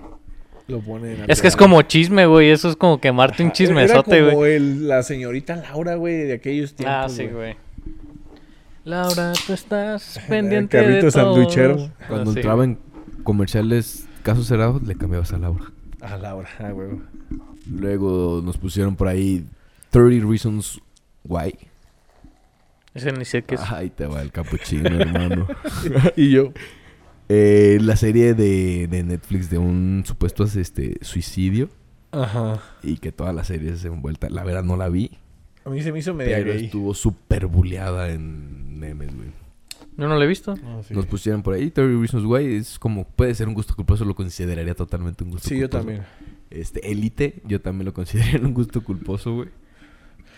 Lo pone en Ah,
Es que es como chisme, güey. Eso es como quemarte un chismesote,
Era
güey.
como el, la señorita Laura, güey, de aquellos tiempos.
Ah, sí, güey. Laura, tú estás
pendiente
pendiente
de carrito
de Ah,
todos. sandwichero.
Cuando entraba en comerciales Caso Cerrado, le cambiabas a Laura.
Ah, Laura, ah, güey.
Luego nos pusieron por ahí 30 Reasons Why.
Ese ni sé qué es.
Ay, te va el capuchino, hermano.
Y yo.
Eh, la serie de, de Netflix de un supuesto este, suicidio
Ajá.
y que toda la serie se envuelta. La verdad no la vi,
A mí se me hizo media
pero
gay.
estuvo súper buleada en memes, güey.
Yo no lo he visto.
No, sí.
Nos pusieron por ahí 30 Reasons Why. Es como, puede ser un gusto culposo, lo consideraría totalmente un gusto
Sí,
culposo.
yo también.
Este, Elite, yo también lo consideraría un gusto culposo, güey.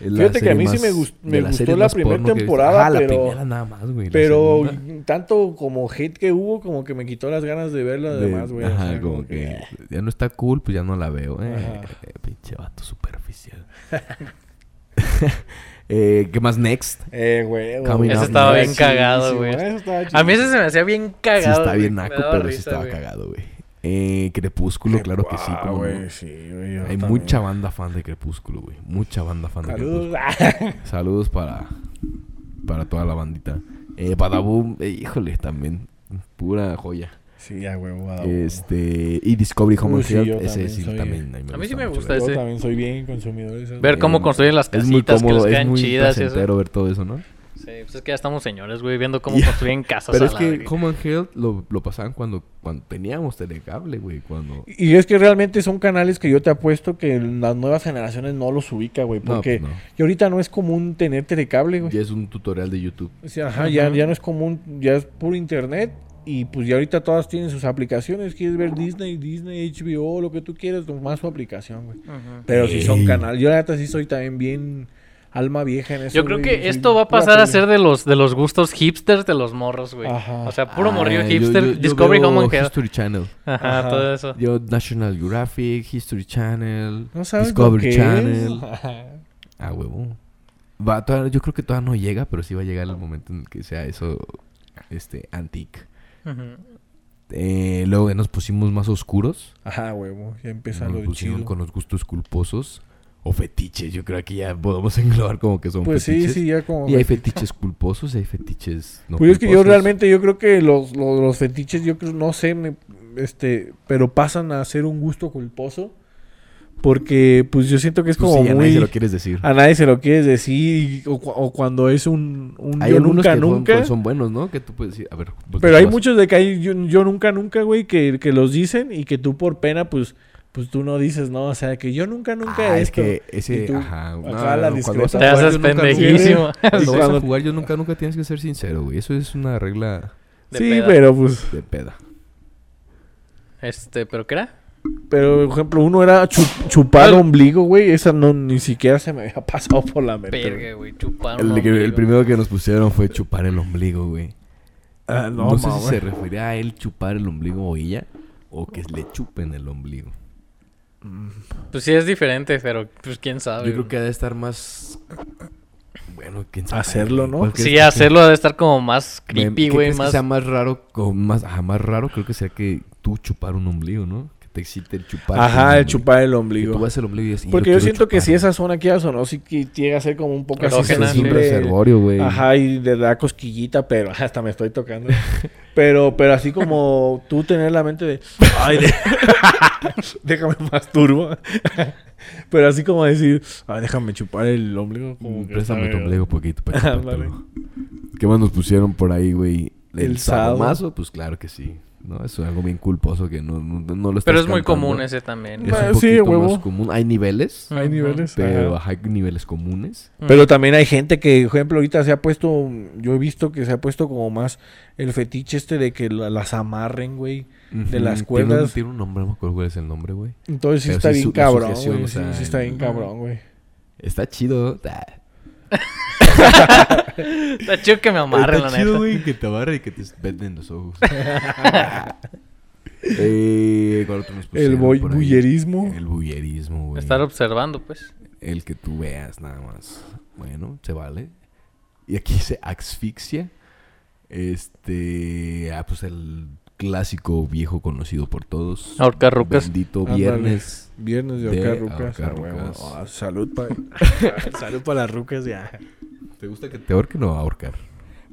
Es la
Fíjate que a
serie
mí sí
más-
me gust-
de
me
las
gustó
series
la
más
primera
porno que he visto.
temporada,
Ajá, la
pero-
primera nada más, güey. La
Pero
segunda-
tanto como hate que hubo, como que me quitó las ganas de verla
de-
además, güey. o
Ajá,
sea,
como que ya no está cool, pues ya no la veo. Eh,
Ajá.
eh, pinche vato superficial. eh, ¿Qué más next?
Eh, güey. güey.
Coming Ese up estaba
bien cagado, güey.
Eso estaba
A
chidísimo.
mí ese se me hacía bien
sí
cagado.
está
güey.
bien
Me
naco,
daba
pero sí
risa,
estaba
güey.
cagado, güey. Eh, Crepúsculo, claro que sí.
Ah,
cómo no.
güey, sí, güey, yo
Hay
también.
mucha banda fan de Crepúsculo, güey. Mucha banda pues- fan de
Saludos.
Crepúsculo. Saludos para, para toda la bandita. Eh, Badaboom, eh, híjole, también. Pura joya.
Sí, a huevo, a huevo.
Este, y Discovery Home
Uy,
and
sí,
Health,
yo
ese
también
sí
soy-
también.
A mí sí me
mucho,
gusta
güey.
Yo
ese.
también soy bien consumidor de esas
Ver cómo
Eh,
construyen las
Es muy
casitas
cómodo,
que les
es
quedan
muy
chidas y eso.
placentero ver todo eso, ¿no?
Sí, pues es que ya estamos señores, güey, viendo cómo
Ya.
construyen casas
Pero
a
es
la
que
verga.
Home and Health lo, lo pasaban cuando, cuando teníamos telecable, güey. Cuando...
Y es que realmente son canales que yo te apuesto que las nuevas generaciones no los ubica, güey.
No,
Porque
pues no.
y ahorita no es común tener telecable, güey.
Ya es un tutorial de YouTube.
O sea, ajá, ya, ya no es común, ya es puro internet. Y pues ya ahorita todas tienen sus aplicaciones. Quieres ver Disney, Disney, HBO, lo que tú quieras, más su aplicación, güey.
Ujú.
Pero si
Ey.
son canales. Yo la neta sí soy también bien alma vieja en eso.
Yo creo
güey.
que
Soy
esto va a
pura
pasar a
tele.
ser de los de los gustos hipsters de los morros, güey.
Ajá.
O sea, puro morrillo
Ah, yo-
hipster,
yo- yo
Discovery
veo
Home and Health.
History Channel.
Ajá,
Ajá.
todo eso.
Yo National Geographic, History Channel,
No sabes
Discovery
lo que
Channel.
es. Ajá.
Ah, huevo. Va, todavía- yo creo que todavía no llega, pero sí va a llegar el momento en el que sea eso, este, antique.
Ujú.
Eh, luego ya nos pusimos más oscuros.
Ajá, huevo. Ya empieza
Nos
lo
pusieron
chido.
con los gustos culposos. O fetiches, yo creo que ya podemos englobar como que son
Pues sí,
fetiches.
sí, ya como...
Y hay fetiches culposos y hay fetiches no
Pues es que yo
culposos.
realmente, yo creo que los, los, los fetiches, yo creo, no sé, me- este, pero pasan a ser un gusto culposo. Porque, pues yo siento que es
Pues
como
sí, a nadie
muy... Ah,
se lo quieres decir.
A nadie se lo quieres decir. y- o, cu- o cuando es un, un
Hay
yo
algunos
nunca,
que son- pues,
nunca.
Son, buenos, ¿no? Que tú puedes decir, a ver. pues,
Pero hay
vas-
muchos de que hay yo, yo nunca, nunca, güey, que, que los dicen y que tú por pena, pues, pues tú no dices, no, o sea, que yo nunca, nunca
Ah, es
esto.
que ese,
Y tú,
ajá, no,
acá la
no, no, cuando vas
discreta.
a
Te
jugar yo
haces
nunca, nunca-
pendejísimo.
Cuando vas
Cuando-
a jugar yo nunca nunca tienes que ser sincero, güey. Eso es una regla
de
sí,
peda.
pero pues,
de peda.
Este, ¿pero qué era?
pero por ejemplo, uno era chu- chupar
Al-
ombligo, güey, esa no ni siquiera se me había pasado por la mente. güey.
Verga, güey, chupar
El,
un
que- el
ombligo.
primero que nos pusieron fue chupar el ombligo, güey.
Ah,
No, sé
mames.
si se refería a él chupar el ombligo o ella o que le chupen el ombligo.
Pues sí es diferente, pero pues quién sabe.
Yo creo que ha de estar más bueno, quién sabe.
Hacerlo, ¿no?
¿Cuál crees
Sí,
que-
hacerlo debe estar como más
Me-
creepy,
¿qué
güey,
crees que
más...
sea más raro, con más, ajá, más raro creo que sea que tú chupar un ombligo, ¿no? Que te excite el chupar.
Ajá,
un
el chupar el
ombligo. Que tú
ombligo.
vas al ombligo y dices, "Y
Porque yo
quiero
siento que
chupar".
si esa zona aquí o no, sí que llega a ser como un poco
Porque
Erógena,
es un
sí.
sensible.
reservorio, güey.
Ajá, y le da cosquillita, pero hasta me estoy tocando. Pero, pero así como tú tener la mente de, ay, de- déjame masturbo. pero así como decir, ay, déjame chupar el ombligo. Como
Mm,
que
Préstame tu
sabe-
ombligo poquito para
Ándale.
chupártelo. ¿Qué más nos pusieron por ahí, güey? El,
El sado.
sadomaso, pues claro que sí. No, eso es algo bien culposo que no, no, no lo estás
Pero es
cantando.
muy
Pues
común ese
Es
también.
un
Bah,
poquito
sí, huevo.
más común. Hay niveles,
Hay
Ujú.
niveles.
pero
ajá.
ajá, hay niveles comunes.
Pero también hay gente que, por ejemplo, ahorita se ha puesto, yo he visto que se ha puesto como más el fetiche este de que la- las amarren, güey. De las
Ujú. Tiene un-
cuerdas.
Tiene un nombre, no me acuerdo cuál es el nombre, güey.
Entonces sí
Pero
está
sí
bien
su- la
cabrón,
sujeción,
güey.
o
Sí,
sea,
sí está bien
en-
cabrón, güey.
Está chido. Ah.
Está chido que me amarre, la
Está chido,
neta.
güey, que te amarre y que te venden los ojos. eh, ¿cuál otro nos
El
pusieron
boy-
por ahí?
bullerismo.
El bullerismo, güey.
Estar observando, pues.
El que tú veas, nada más. Bueno, se vale. Y aquí dice asfixia. Este. Ah, pues el clásico viejo conocido por todos.
Ahorcar rucas.
Bendito
Ándale.
viernes.
Viernes de
De
ahorcar rucas.
ahorcar
a huevo.
rucas.
Ah, salud para salud para las rucas ya.
¿Te gusta que te ahorquen o ahorcar?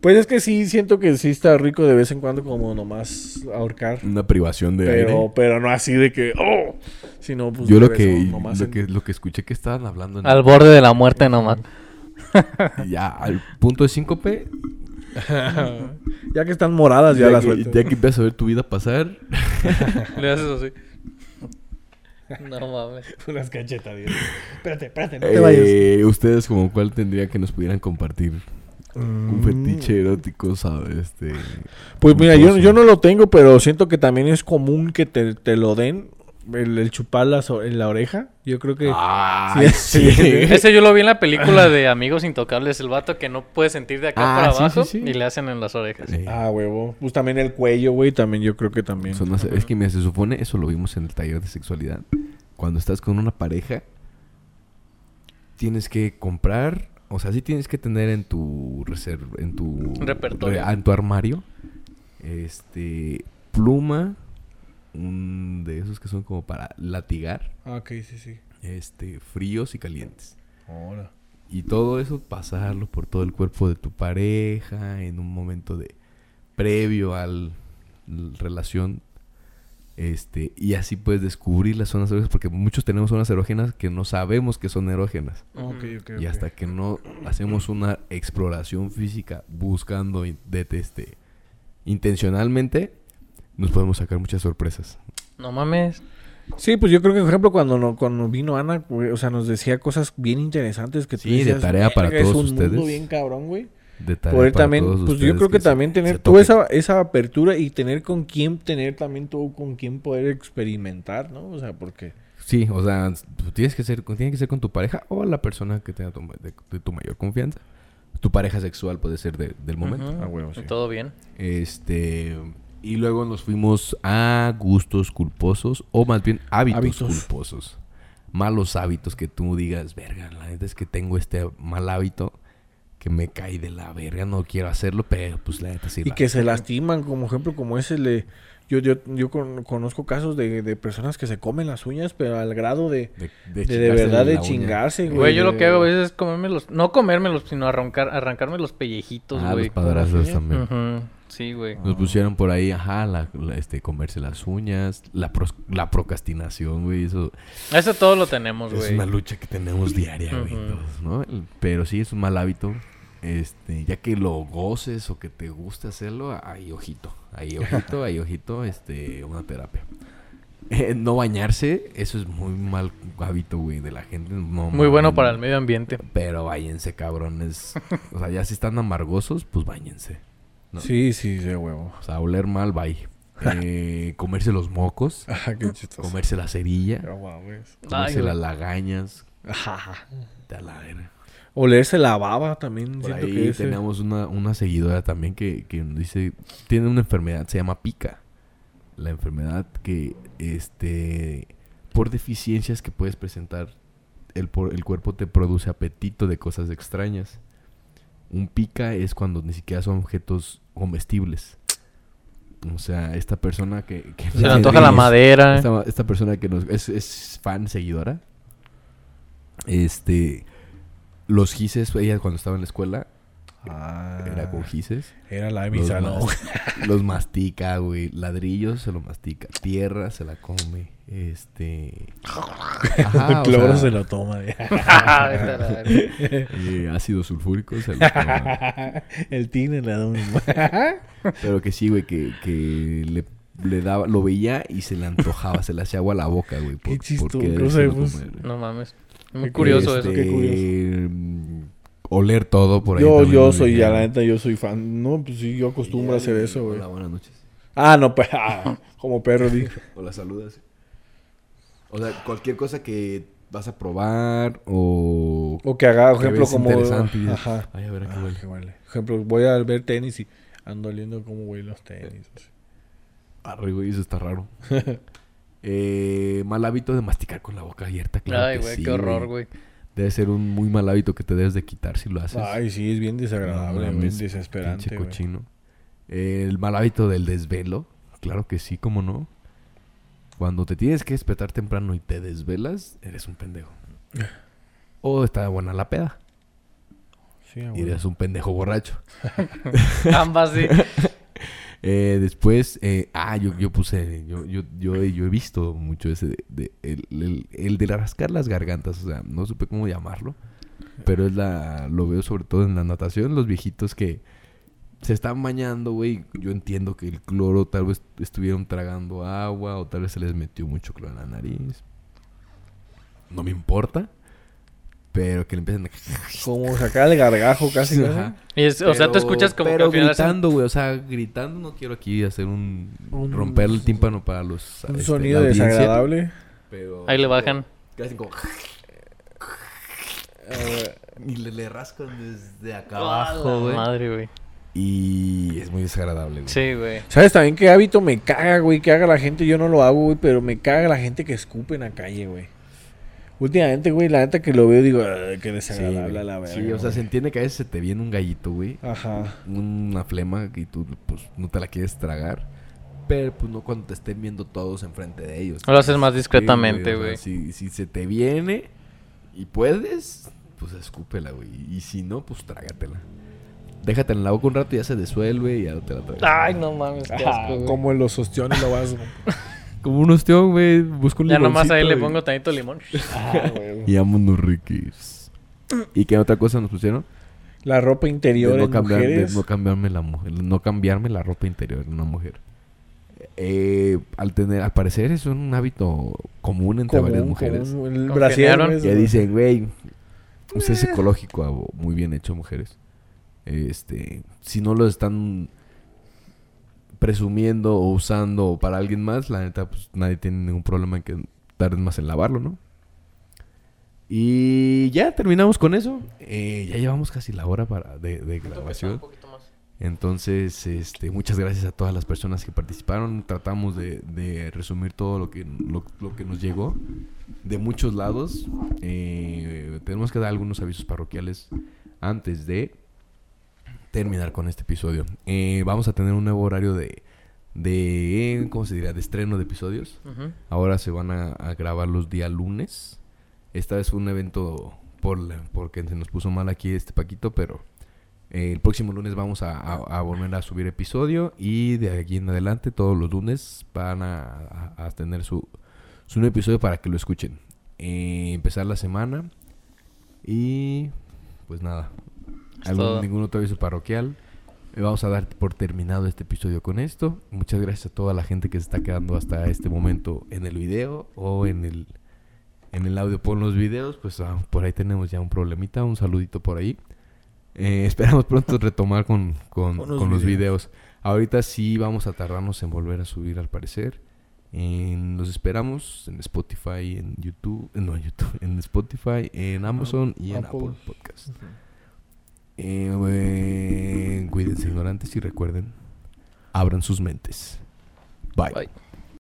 Pues es que sí siento que sí está rico de vez en cuando como nomás ahorcar,
Una privación de aire.
pero pero no así de que oh, sino pues
Yo
de
lo
vez,
que,
no- nomás
lo,
en-
que, lo que escuché que estaban hablando en
Al borde de la muerte nomás.
ya al punto de síncope,
ya que están moradas Ah, ya,
ya,
las
que,
sueltas.
ya que empiezas a ver tu vida pasar,
Le haces así. No mames.
unas cachetadillas. Espérate, espérate, no te vayas.
eh, ustedes como cuál tendría que nos pudieran compartir
Mm.
un fetiche erótico, ¿sabes? Este,
Pues mira, yo,
culposo.
yo no lo tengo, pero siento que también es común que te, te lo den el, el chupar la, so- en la oreja. Yo creo que
Ay,
sí.
Ese yo lo vi en la película de Amigos Intocables, el vato que no puede sentir de acá
Ah,
para
sí,
abajo
sí, sí.
y le hacen en las orejas.
Eh,
Ah, huevo. Pues también el cuello, güey, también yo creo que también.
son las- es que mira, se supone, eso lo vimos en el taller de sexualidad, cuando estás con una pareja, tienes que comprar, o sea, sí tienes que tener en tu reserva, en tu
Repertorio.
re- en tu armario, este, pluma, un de esos que son como para latigar,
Ah, ok, sí, sí.
este, fríos y calientes.
Ahora.
Y todo eso pasarlo por todo el cuerpo de tu pareja en un momento de previo al l- relación este y así puedes descubrir las zonas erógenas porque muchos tenemos zonas erógenas que no sabemos que son erógenas
Ok, ok.
y hasta que no hacemos una exploración física buscando in- de este intencionalmente nos podemos sacar muchas sorpresas.
No mames.
Sí, pues yo creo que, por ejemplo, cuando, no- cuando vino Ana, güey, o sea, nos decía cosas bien interesantes que tú
Sí, de
decías,
tarea para
"Verga, es
todos
un mundo
ustedes".
bien cabrón, güey.
De tarea
Por él
para
también,
todos
pues
ustedes
yo creo que,
se-
también
se
tener tú
toquen.
esa, esa apertura y tener con quién, tener también tú con quién poder experimentar, ¿no? O sea, porque...
Sí, o sea, tú tienes que ser, tiene que ser con tu pareja o la persona que tenga tu, ma- de, de tu mayor confianza. Tu pareja sexual puede ser de- del momento.
Ujú.
Ah, huevo, sí.
Todo bien.
Este. Y luego nos fuimos a gustos culposos o más bien hábitos,
Hábitos.
culposos. Malos hábitos que tú digas, verga, la neta es que tengo este mal hábito que me cae de la verga, no quiero hacerlo, pero pues la neta sí.
Y
la-
que se lastiman, como ejemplo, como ese de... Yo, yo, yo con- conozco casos de, de personas que se comen las uñas, pero al grado de
De,
de, de
chingarse
verdad de
la uña.
chingarse, güey.
Güey, yo lo
de-
que hago a veces es comérmelos, no comérmelos, sino arrancar, arrancarme los pellejitos,
Ah,
güey.
los padrazos
¿Cómo
también.
Ujú, Sí, güey.
Nos pusieron por ahí, ajá, la, la, este, comerse las uñas, la, pros- la procrastinación, güey. Eso
Eso todo lo tenemos,
es
güey.
una lucha que tenemos diaria, güey.
Ujú.
todos, ¿no? El- Pero sí, es un mal hábito. Este, ya que lo goces o que te guste hacerlo, ahí ojito, ahí ojito, ahí ojito, este, una terapia. Eh, no bañarse, eso es muy mal hábito, güey, de la gente. no
Muy bueno
mamen.
para el medio ambiente.
Pero váyanse, cabrones. O sea, ya si están amargosos, pues váyanse. ¿no?
Sí, sí, de huevo.
O sea, oler mal, bye. Eh, comerse los mocos,
Ajá, Ah, qué chistoso.
comerse la cerilla,
No mames.
Ay,
comerse
güey.
las lagañas.
Ajá.
de a la verga.
Olerse la baba también.
Por
siento
ahí
que ese-
tenemos una, una seguidora también que, que dice, tiene una enfermedad, se llama pica. La enfermedad que, este, por deficiencias que puedes presentar, el, por- el cuerpo te produce apetito de cosas extrañas. Un pica es cuando ni siquiera son objetos comestibles. O sea, esta persona que... que-
Se le antoja la madera.
Ah.
esta, esta persona que nos, es, es fan, seguidora. Este. Los gises, ella cuando estaba en la escuela
Ah,
era con gises.
Era la de mi
Los,
salón.
mas- los mastica, güey. Ladrillos se lo mastica. Tierra se la come. Este. Ajá, o
El cloro
sea,
se lo toma. de-
Ah, Vete a la verga.
eh, ácido sulfúrico se lo toma.
el tine le da un...
Pero que sí, güey, que, que le, le daba, lo veía y se le antojaba, se le hacía agua a la boca, güey. Por,
Qué
por
chistoso, pues,
querérselo
sabemos.
comer, güey.
no mames. Muy curioso
Este-
eso.
qué curioso.
mm, Oler todo por ahí.
Yo,
también
yo
lo
soy, ya
dijeron.
la neta, yo soy fan. No, pues sí, yo acostumbro a hacer
Hola,
eso, güey.
Hola, buenas noches.
Ah, no, pues, ah, como perro, dije.
Hola, saludas. O sea, cualquier cosa que vas a probar o...
O que haga,
que
por ejemplo,
ves
como...
interesante y dices,
Ajá.
Ay, a ver, ¿a qué
Ah,
huele?
qué huele. Por ejemplo, voy a ver tenis y ando oliendo como güey los tenis.
Arre, güey, ah, eso está raro. Eh, mal hábito de masticar con la boca abierta, claro
Ay,
que
güey,
sí,
qué horror, güey.
Debe ser un muy mal hábito que te debes de quitar si lo haces.
Ay, sí, es bien desagradable,
No
bien
mames,
desesperante,
Pinche
güey.
cochino. El mal hábito del desvelo. Claro que sí, cómo no. Cuando te tienes que despertar temprano y te desvelas, eres un pendejo.
Eh.
O está buena la peda
Ah, Sí,
y
güey.
eres un pendejo borracho.
Ambas sí.
Eh, después, eh, ah, yo, yo puse, yo, yo, yo, he- yo he visto mucho ese, de, de- el, el- el de rascar las gargantas, o sea, no supe cómo llamarlo, pero es la, lo veo sobre todo en la natación, los viejitos que se están bañando, güey, yo entiendo que el cloro tal vez estuvieron tragando agua o tal vez se les metió mucho cloro en la nariz, no me importa, pero que le empiecen a...
Como sacar el gargajo casi, casi.
Ajá.
Y es- o sea, tú
Pero-
escuchas como que
pero
al final hacen-
gritando, güey. O sea, gritando no quiero aquí hacer un...
Un-
romper el tímpano para los...
Un
este,
sonido
la audiencia,
desagradable.
pero-
ahí le bajan.
que hacen como... Y le, le rascan desde acá abajo, güey.
Madre, güey.
Y es muy desagradable, güey.
Sí, güey.
¿Sabes también qué hábito me caga, güey? Que haga la gente, yo no lo hago, güey, pero me caga la gente que escupe en la calle, güey. Últimamente, güey, la neta que lo veo, digo, "Ay, qué
Sí,
desagradable
güey.
a la verga.
Sí, o sea,
güey".
se entiende que a veces se te viene un gallito, güey.
Ajá.
Una flema y tú, pues, no te la quieres tragar. Pero, pues, no cuando te estén viendo todos enfrente de ellos.
Lo haces más
Sí,
discretamente,
o sea,
güey.
si, si se te viene y puedes, pues escúpela, güey. Y si no, pues trágatela. Déjate en el agua un rato y ya se disuelve y ya te la tragas.
Ay, no mames, qué
Ah,
asco, güey.
como en los ostiones lo vas.
Como un ostión, güey. Busco un
Ya nomás
limoncito
ahí le
y-
pongo tantito limón.
Ah, güey.
Y vámonos, riquis. ¿Y qué otra cosa nos pusieron?
La ropa
De
interior
no,
en
cambiar- de
mujeres.
no cambiarme la mujer, no cambiarme la ropa interior en una mujer. Eh, al tener, al parecer es un hábito común entre varias
Común,
mujeres.
común. el brasier,
Congeniaron.
güey,
Ya
es-
dicen, güey, usted es ecológico, abo. muy bien hecho, mujeres. Este, si no lo están presumiendo o usando para alguien más, la neta, pues nadie tiene ningún problema en que tarden más en lavarlo, ¿no? Y ya terminamos con eso. Eh, ya llevamos casi la hora para de, de grabación. Entonces, este, muchas gracias a todas las personas que participaron. Tratamos de, de resumir todo lo que, lo, lo que nos llegó de muchos lados. Eh, tenemos que dar algunos avisos parroquiales antes de terminar con este episodio. Eh, vamos a tener un nuevo horario de, de, ¿cómo se dirá?, de estreno de episodios.
Ujú.
Ahora se van a, a grabar los días lunes. Esta vez fue un evento por la- porque se nos puso mal aquí este Paquito, pero eh, el próximo lunes vamos a, a- a volver a subir episodio y de aquí en adelante todos los lunes van a, a- a tener su, su nuevo episodio para que lo escuchen. Eh, empezar la semana y pues nada,
Es
Algún-
todo.
ningún otro aviso parroquial. Eh, Vamos a dar por terminado este episodio con esto. Muchas gracias a toda la gente que se está quedando hasta este momento en el video o en el, en el audio por los videos. Pues ah, por ahí tenemos ya un problemita, un saludito por ahí. Eh, esperamos pronto retomar con, con-
Con los
con los videos. Ahorita sí vamos a tardarnos en volver a subir al parecer. En- los esperamos en Spotify, en YouTube, eh, no en YouTube, en Spotify, en Amazon y en
Apple.
Apple Podcast. Eh, eh, cuídense ignorantes y recuerden, abran sus mentes. Bye.
Bye.